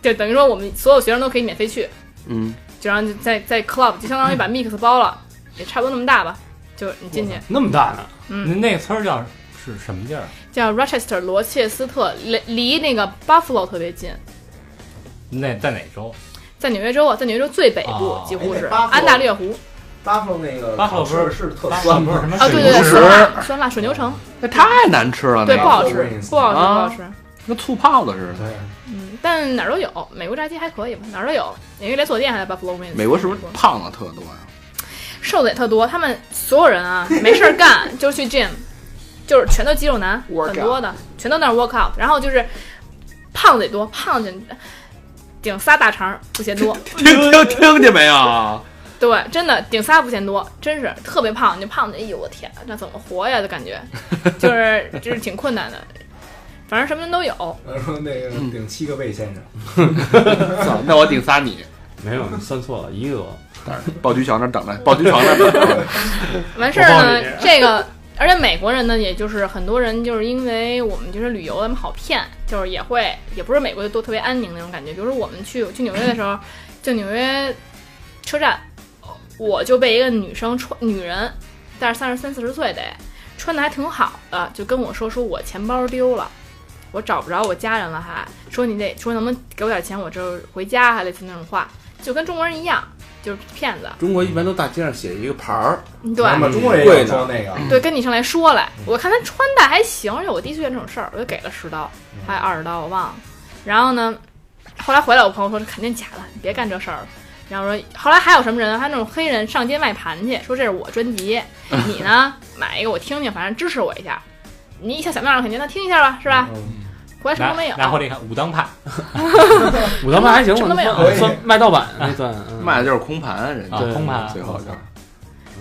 Speaker 7: 就等于说我们所有学生都可以免费去，
Speaker 3: 嗯，
Speaker 7: 就让在在 club 就相当于把 mix 包了，也差不多那么大吧，就你进去。
Speaker 8: 那么
Speaker 4: 啊
Speaker 8: 大呢？
Speaker 6: 那
Speaker 7: 嗯
Speaker 6: 那村儿叫是什么地儿？啊
Speaker 7: 叫 Rochester 罗切斯特，离离那个 Buffalo 特别近，
Speaker 6: 那在哪州？
Speaker 7: 在纽约州啊，在纽约州最北部
Speaker 3: 啊
Speaker 6: 哦
Speaker 7: 几乎是
Speaker 5: 哎那 Buffalo
Speaker 7: 安大略湖
Speaker 5: 巴夫那个
Speaker 6: 巴夫不
Speaker 5: 是
Speaker 6: 是
Speaker 5: 是特
Speaker 6: 巴
Speaker 5: 酸
Speaker 6: 不是什
Speaker 5: 吗？
Speaker 6: 么
Speaker 7: 啊，对对
Speaker 3: 水牛
Speaker 7: 对，酸
Speaker 3: 城
Speaker 7: 辣酸辣水牛城，
Speaker 3: 那太难吃了，
Speaker 7: 对，
Speaker 3: 啊那
Speaker 7: 不
Speaker 3: 个
Speaker 7: 好吃，
Speaker 5: Florence
Speaker 7: 不好吃，
Speaker 3: 嗯
Speaker 7: 不
Speaker 3: 啊
Speaker 7: 好吃。
Speaker 3: 跟醋泡子似的。
Speaker 5: 对，
Speaker 7: 嗯，但哪儿都有，美国炸鸡还可以吧，哪儿都有，因为连锁店还在 Buffalo Wings。
Speaker 3: 美国是不是胖了特多呀？
Speaker 7: 瘦的也特多？他们所有人啊，没事儿干就去 gym，就是全都肌肉男，很多的，全都那儿 work out，然后就是胖子也多，胖子顶仨大肠儿不嫌多。
Speaker 3: 听听听见没 <laughs> 有？
Speaker 7: 对，真的顶仨不嫌多，真是特别胖。你胖子，哎呦我天，那怎么活呀？就感觉就是就是挺困难的，反正什么人都有。
Speaker 5: 然后那个
Speaker 7: 嗯
Speaker 5: 顶七个魏先生，
Speaker 3: 操那我顶仨你。
Speaker 8: 没有，你算错了，一个多。
Speaker 3: 鲍菊桥那儿等着，鲍菊桥那儿等着。
Speaker 7: 完事儿
Speaker 8: 我帮
Speaker 7: 呢
Speaker 8: 你，
Speaker 7: 这个而且美国人呢，也就是很多人就是因为我们就是旅游，咱们好骗，就是也会也不是美国都特别安宁那种感觉。比如说我们去我去纽约的时候，就纽约车站，我就被一个女生穿女人，但是三十三四十岁得穿的还挺好的，就跟我说说我钱包丢了。我找不着我家人了还，说你得说能不能给我点钱，我这回家还类似那种话，就跟中国人一样，就是骗子。
Speaker 2: 中国一般都大街上写一个牌儿，
Speaker 7: 对，
Speaker 5: 那么中国人
Speaker 2: 贵
Speaker 5: 也
Speaker 2: 呢
Speaker 5: 说那个，
Speaker 7: 对，跟你上来说来，我看他穿戴还行，而且我第一次遇见这种事儿，我就给了十刀，
Speaker 6: 嗯
Speaker 7: 还有二十刀，我忘了。然后呢，后来回来，我朋友说这肯定假的，你别干这事儿了。然后说，后来还有什么人啊？还有那种黑人上街卖盘去，说这是我专
Speaker 6: <laughs>
Speaker 7: 辑，你呢买一个我听听，反正支持我一下。你想想那样肯定，那听一下吧，是吧？
Speaker 5: 嗯
Speaker 7: 回来什么
Speaker 6: 拿
Speaker 7: 都没有，
Speaker 6: 嗯拿回来一看，武当派。
Speaker 8: 武当派还行，
Speaker 7: 什
Speaker 8: 我
Speaker 7: 么都没有
Speaker 8: 算算卖盗版那算。嗯
Speaker 3: 卖的就是空盘，人家
Speaker 6: 啊空盘
Speaker 3: 最后就是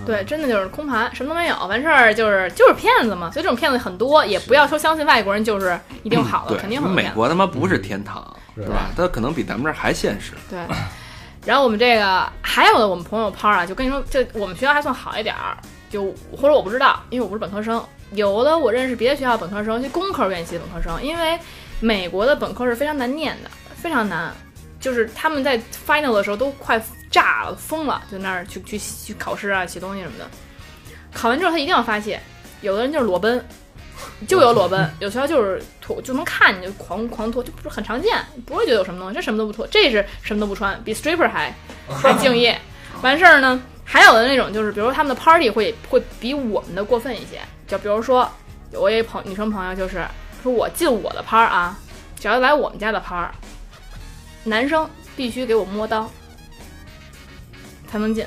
Speaker 7: 对，真的就是空盘，什么都没有，完事儿就是就是骗子嘛。所以这种骗子很多，也不要说相信外国人就是一
Speaker 6: 嗯
Speaker 7: 定好的，
Speaker 3: 对，
Speaker 7: 肯定很多骗
Speaker 3: 美
Speaker 7: 子。
Speaker 3: 国他妈不是天堂，
Speaker 5: 嗯
Speaker 3: 是吧？他可能比咱们这儿还现实。
Speaker 7: 对。然后我们这个还有的我们朋友抛啊，就跟你说，就我们学校还算好一点儿，就或者我不知道，因为我不是本科生。有的我认识别的学校本科生，就工科院系的本科生，因为美国的本科是非常难念的，非常难，就是他们在 final 的时候都快炸了，疯了，就那儿去去去考试啊，写东西什么的。考完之后他一定要发泄，有的人就是裸奔，就有裸奔，有学校就是脱，就能看你就狂狂脱，就不是很常见，不会觉得有什么东西，这什么都不脱，这是什么都不穿，比
Speaker 3: <laughs>
Speaker 7: stripper 还还敬业。完事儿呢，还有的那种就是，比如说他们的 party 会会比我们的过分一些，就比如说我有一朋女生朋友就是说我进我的趴儿啊，只要来我们家的趴儿，男生必须给我摸刀才能进。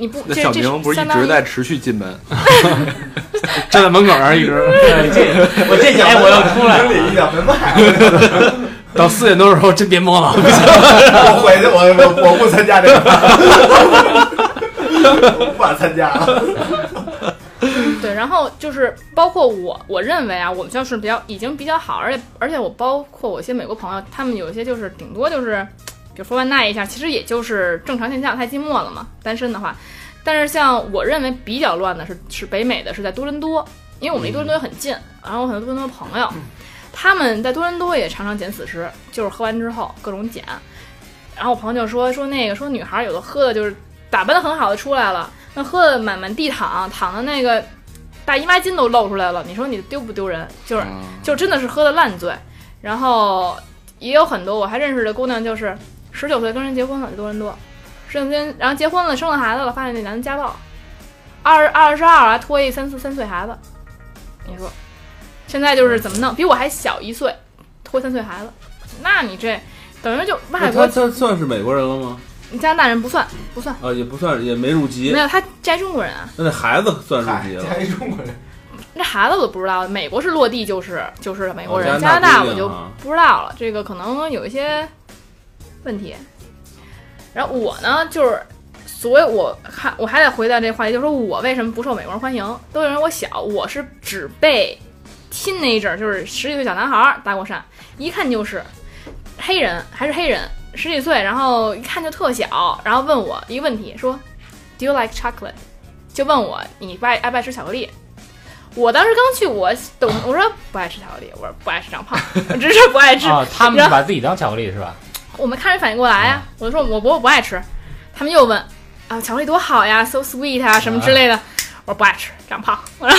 Speaker 7: 你不，
Speaker 3: 那
Speaker 7: 这
Speaker 3: 小
Speaker 7: 这
Speaker 3: 明不是一
Speaker 7: 相当于
Speaker 3: 直在持续进门，
Speaker 8: 站在门口那儿一
Speaker 6: <laughs>
Speaker 8: 直
Speaker 5: 我这脚
Speaker 6: 哎我要出来
Speaker 7: <laughs>
Speaker 6: 了
Speaker 5: 经理一脚门外，
Speaker 8: <laughs> 到四点多的时候，真别
Speaker 6: 啊
Speaker 8: 摸了。
Speaker 5: 我回去我我我不参加这个，我无法参加了。
Speaker 7: 对，然后就是包括我，我认为啊，我们学校是比较已经比较好，而且而且我包括我一些美国朋友，他们有一些就是顶多就是，比如说万奈一下，其实也就是正常现象，太寂寞了嘛，单身的话。但是像我认为比较乱的是是北美的，是在多伦多，因为我们离多伦多很近，然后我很多多伦多朋友，他们在多伦多也常常捡死尸，就是喝完之后各种捡。然后我朋友就说说那个说女孩儿有的喝的就是打扮的很好的出来了，那喝的满满地躺，躺的那个大姨妈巾都露出来了，你说你丢不丢人？就是
Speaker 3: 嗯
Speaker 7: 就真的是喝的烂醉，然后也有很多我还认识的姑娘，就是十九岁跟人结婚了，多伦多，十九岁然后结婚了生了孩子了，发现那男的家暴，二二十二还拖一三四三岁孩子，
Speaker 2: 嗯
Speaker 7: 你说现在就是怎么弄？比我还小一岁，拖三岁孩子，那你这等于就外
Speaker 2: 那
Speaker 7: 国
Speaker 2: 他他算是美国人了吗？
Speaker 7: 加拿大人不算不算，
Speaker 2: 啊，也不算，也没入籍
Speaker 7: 没。有他摘中国人啊，
Speaker 2: 那那孩子算入
Speaker 5: 嗨
Speaker 2: 籍，了。
Speaker 5: 加一中国人，
Speaker 7: 这孩子我都不知道，美国是落地就是就是美国人，
Speaker 2: 哦
Speaker 7: 加
Speaker 2: 加拿大
Speaker 7: 拿大
Speaker 2: 不一
Speaker 7: 我
Speaker 2: 定
Speaker 7: 就
Speaker 2: 啊
Speaker 7: 不知道了，这个可能有一些问题。然后我呢，就是，所以我看我还得回到这个话题，就是说我为什么不受美国人欢迎？都因为我小，我是只被 teenager，就是十几岁小男孩儿搭过讪，一看就是黑人，还是黑人，十几岁，然后一看就特小，然后问我一个问题，说 Do you like chocolate？就问我你不爱爱不爱吃巧克力？我当时刚去，我懂，我说不爱吃巧克力，我说不爱吃长胖，我只是不爱吃
Speaker 6: 啊，他们是把自己当巧克力是吧？
Speaker 7: 我没看人反应过来呀、我就说我不我不爱吃，他们又问啊巧克力多好呀，so sweet 啊什么之类的，我说不爱吃，长胖， <laughs> 然后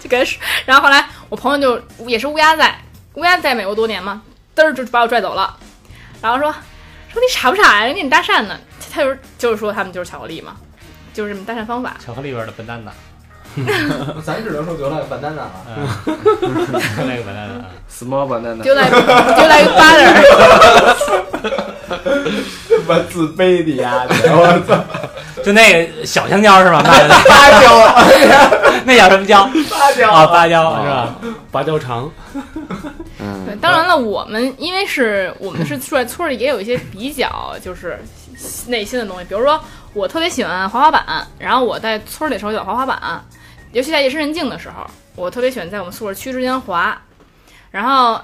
Speaker 7: 就跟然后后来我朋友就也是乌鸦仔，乌鸦在美国多年嘛，嘚儿就把我拽走了，然后说说你傻不傻呀，人家你搭讪呢，他就是就是说他们就是巧克力嘛，就是这么搭讪方法，
Speaker 6: 巧克力味儿的 banana，
Speaker 5: 咱只能说得了啊反蛋蛋了。
Speaker 6: 嗯， <laughs> 就那个 banana，嗯
Speaker 3: small banana，
Speaker 7: 丢来丢来个 b u
Speaker 5: 他妈自卑的呀！我操，
Speaker 6: 就那个小香蕉是
Speaker 7: <laughs>
Speaker 6: 吧？卖的
Speaker 5: 芭
Speaker 7: 啊
Speaker 5: 蕉，
Speaker 6: <laughs> 那叫什么蕉？
Speaker 5: 芭
Speaker 6: 啊，
Speaker 5: 蕉，
Speaker 6: 芭蕉是吧？
Speaker 8: 芭蕉肠，
Speaker 3: 嗯，
Speaker 7: 当然了，我们因为是我们是住在村里，也有一些比较就是内心的东西，比如说我特别喜欢滑滑板，然后我在村里的时候就滑滑板，尤其在夜深人静的时候，我特别喜欢在我们宿舍区之间滑，然后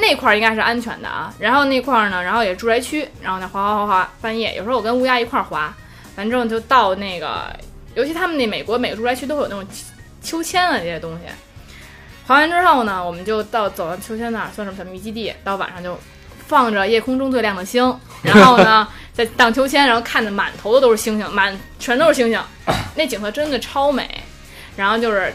Speaker 7: 那块儿应该是安全的啊，然后那块儿呢，然后也住宅区，然后呢滑滑滑滑，半夜有时候我跟乌鸦一块儿滑，完之后就到那个，尤其他们那美国每个住宅区都会有那种秋千啊这些东西。滑完之后呢，我们就到走到秋千那儿，算是小秘密基地。到晚上就放着夜空中最亮的星，然后呢，再荡秋千，然后看的满头的都是星星，满全都是星星，那景色真的超美。然后就是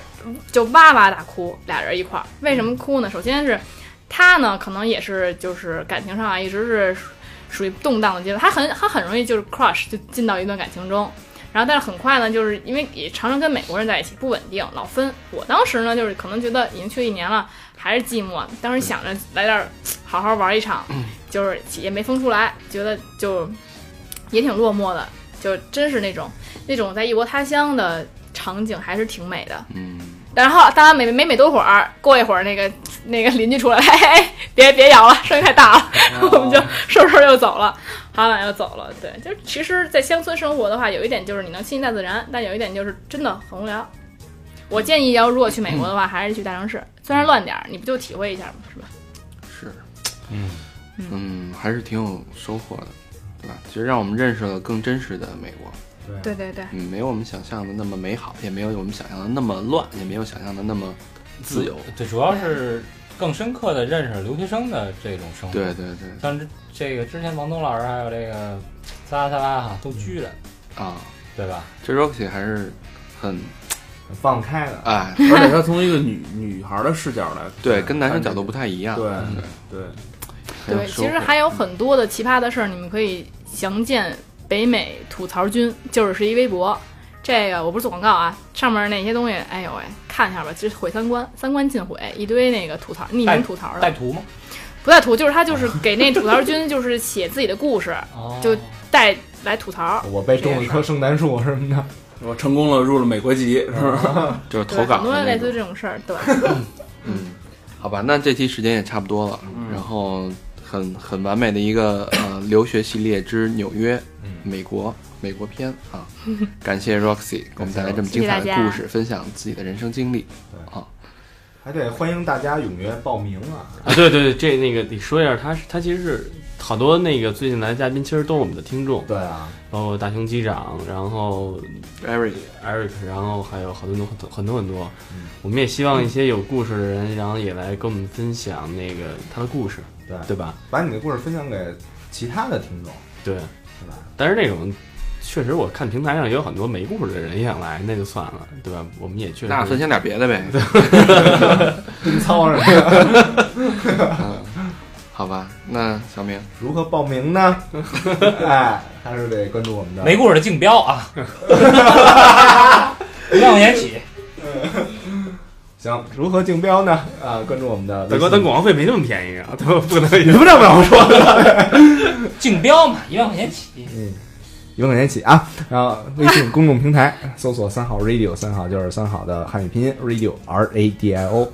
Speaker 7: 就哇哇大哭，俩人一块儿。为什么哭呢？首先是他呢，可能也是就是感情上啊，一直是属于动荡的阶段，他很他很容易就是 crush 就进到一段感情中。然后，但是很快呢，就是因为也常常跟美国人在一起，不稳定，老分。我当时呢，就是可能觉得已经去一年了，还是寂寞。当时想着来这儿好好玩一场，就是也没疯出来，觉得就也挺落寞的，就真是那种那种在异国他乡的场景还是挺美的。
Speaker 3: 嗯，
Speaker 7: 然后，当然每每每多会儿，过一会儿那个那个邻居出来， <laughs> 嘿嘿，别别咬了，声音太大了， <laughs> 我们就收拾收拾又走了，好晚又走了。对，就是其实，在乡村生活的话，有一点就是你能亲近大自然，但有一点就是真的很无聊。我建议，要如果去美国的话，还是去大城市，虽然乱点儿，你不就体会一下吗？是吧？
Speaker 3: 是，
Speaker 6: 嗯
Speaker 3: 嗯，还是挺有收获的，对吧？其实让我们认识了更真实的美国，
Speaker 7: 对对对，
Speaker 3: 嗯，没有我们想象的那么美好，也没有我们想象的那么乱，也没有想象的那么自由。
Speaker 6: 对，主要是更深刻的认识了留学生的这种生活。
Speaker 3: 对对对，
Speaker 6: 像这这个之前王东老师还有这个萨拉萨拉哈都居着，
Speaker 3: 啊，
Speaker 6: 对吧？
Speaker 3: 这 Roxy 还是很
Speaker 5: 放不开的。
Speaker 3: 哎，
Speaker 2: 而且他从一个女女孩的视角来看，
Speaker 3: <laughs> 对，跟男生角度不太一样。
Speaker 2: 对
Speaker 6: 嗯
Speaker 2: 对，
Speaker 3: 很有
Speaker 7: 对，
Speaker 3: 收
Speaker 7: 其实
Speaker 3: 获
Speaker 7: 还有很多的奇葩的事儿，你们可以详见北美吐槽君，就是是一微博。这个我不是做广告啊，上面那些东西，哎呦喂，看一下吧，就是毁三观，三观尽毁，一堆那个吐槽，匿名吐槽
Speaker 6: 带
Speaker 7: 的，
Speaker 6: 图吗？
Speaker 7: 不带图，就是他就是给那吐槽君就是写自己的故事，
Speaker 6: 哦
Speaker 7: 就带来吐槽，
Speaker 5: 我被种了一棵圣诞树嗯什么的，
Speaker 2: 我成功了，入了美国籍，是吧？
Speaker 3: 就是
Speaker 7: 对，
Speaker 3: <laughs> 投稿
Speaker 7: 很多
Speaker 3: 的那
Speaker 7: 类
Speaker 3: 种
Speaker 7: 似这种事儿，
Speaker 3: <laughs>
Speaker 7: 对，
Speaker 3: 嗯，好吧，那这期时间也差不多了，然后很很完美的一个呃留学系列之纽约，美国美国篇
Speaker 7: <laughs>
Speaker 3: 啊，感谢 Roxy 给我们带来这么
Speaker 7: 谢谢
Speaker 3: 精彩
Speaker 7: 大
Speaker 3: 的
Speaker 7: 家
Speaker 3: 故事，分享自己的人生经历啊，
Speaker 5: 还得欢迎大家踊跃报名啊！
Speaker 8: 啊，对对对，这那个得说一下，他是他其实是好多那个最近来的嘉宾，其实都是我们的听众，
Speaker 5: 对啊，
Speaker 8: 包括大雄机长，然后
Speaker 3: Eric，
Speaker 8: Eric，然后还有好多很多很多很多
Speaker 5: 嗯，
Speaker 8: 我们也希望一些有故事的人，然后也来跟我们分享那个他的故事，
Speaker 5: 对
Speaker 8: 对吧？
Speaker 5: 把你的故事分享给其他的听众，
Speaker 8: 对，
Speaker 5: 是吧？
Speaker 8: 但是那种确实我看平台上也有很多没故事的人也想来，那就算了，对吧？我们也确实
Speaker 3: 那分享点别的呗，
Speaker 5: 跟操似的。
Speaker 3: <laughs> 好吧，那小明，
Speaker 5: 如何报名呢？ <laughs> 哎，还是得关注我们的。
Speaker 6: 没故事的竞标啊，两块钱起。
Speaker 9: 行，如何竞标呢？啊，关注我们的
Speaker 8: 大哥，咱
Speaker 9: 登
Speaker 8: 广告费没那么便宜啊，他 <laughs> 们不能
Speaker 9: 你们这么让我
Speaker 8: <laughs>
Speaker 9: 说的？
Speaker 6: 竞标嘛，一万块钱起。
Speaker 9: 嗯，一万块钱起啊！然后微信公众平台搜索“三好 radio”，三好就是三好的汉语拼音 radio r a d i o。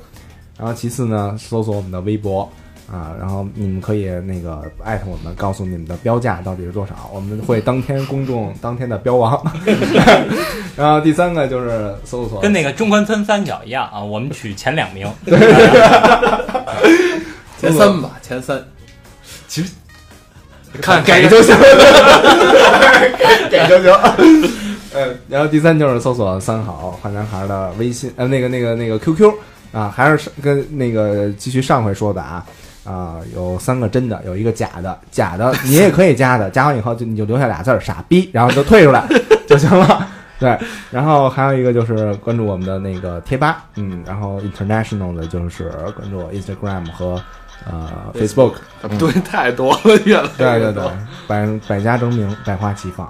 Speaker 9: 然后其次呢，搜索我们的微博啊，然后你们可以那个艾特我们，告诉你们的标价到底是多少，我们会当天公众当天的标王。然后第三个就是搜索
Speaker 6: 跟那个中关村三角一样啊，我们取前两名，
Speaker 1: 前三吧，前三。
Speaker 9: 看 <laughs> 给就行，给就行。 <laughs> 呃，然后第三就是搜索“三好坏男孩”的微信，呃，那个那个那个 QQ 啊，还是跟那个继续上回说的啊啊，有三个真的，有一个假的，假的你也可以加的，加完以后就你就留下俩字儿“傻逼”，然后就退出 <laughs> 来就行了。对，然后还有一个就是关注我们的那个贴吧，嗯，然后 international 的就是关注我 Instagram 和呃 Facebook，嗯
Speaker 3: 对，太多了，越来越
Speaker 9: 对对对
Speaker 3: 多。，
Speaker 9: 百百家争鸣，百花齐放。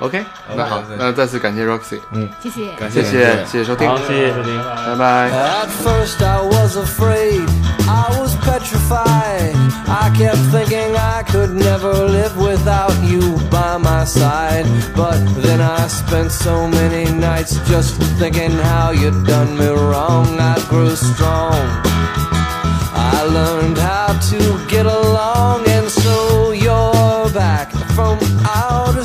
Speaker 3: OK，那好，那再次感谢 Roxy，
Speaker 7: 谢谢。
Speaker 3: 谢谢谢谢收听，
Speaker 10: 好，谢谢收听。
Speaker 3: 拜拜。
Speaker 5: At first I was afraid, I was petrified. I kept thinking I could never live without you by my side. But then I spent so many nights just thinking how you'd done me wrong. I grew strong. I learned how to get along, and so you're back from outer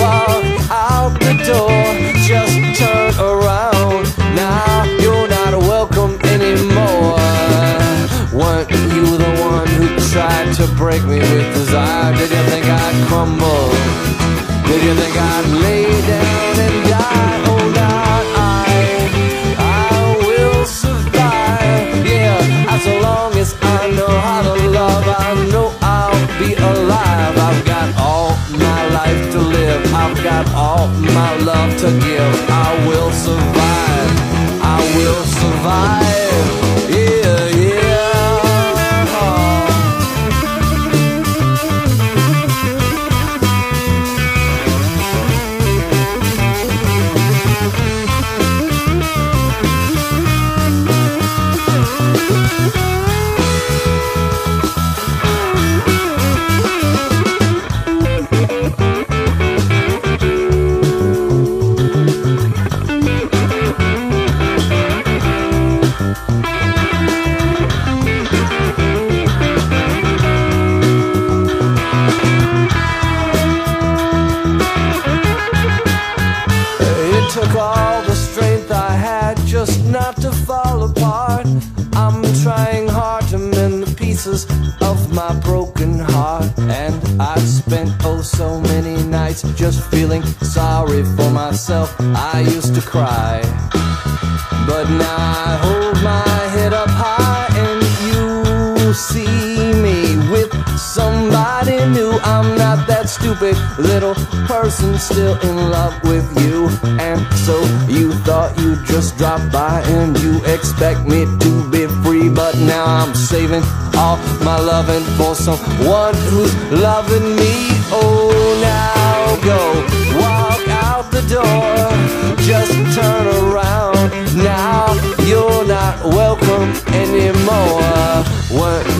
Speaker 5: walk out the door. Just turn around. Now you're not welcome anymore. Weren't you the one who tried to break me with desire? Did you think I'd crumble? Did you think I'd lay down and die? Oh, not I. I will survive. Yeah, as long as I know how to love, I know I'll be alive. I've got all my life to live. I've got all my love to give. I will survive. I will survive. Yeah, yeah. It took all the strength I had just not to fall apart. I'm trying hard to mend the pieces of my broken heart. And I've spent oh so many nights just feeling sorry for myself. I used to cry. But now I hold my head up high and you see me with somebody new. I'm not that stupid little person still in love with you. And so you thought you'd just drop by and you expect me to be free. But now I'm saving all my loving for someone who's loving me. Oh, now go walk out the door. Just turn around now. You're not welcome anymore. Weren't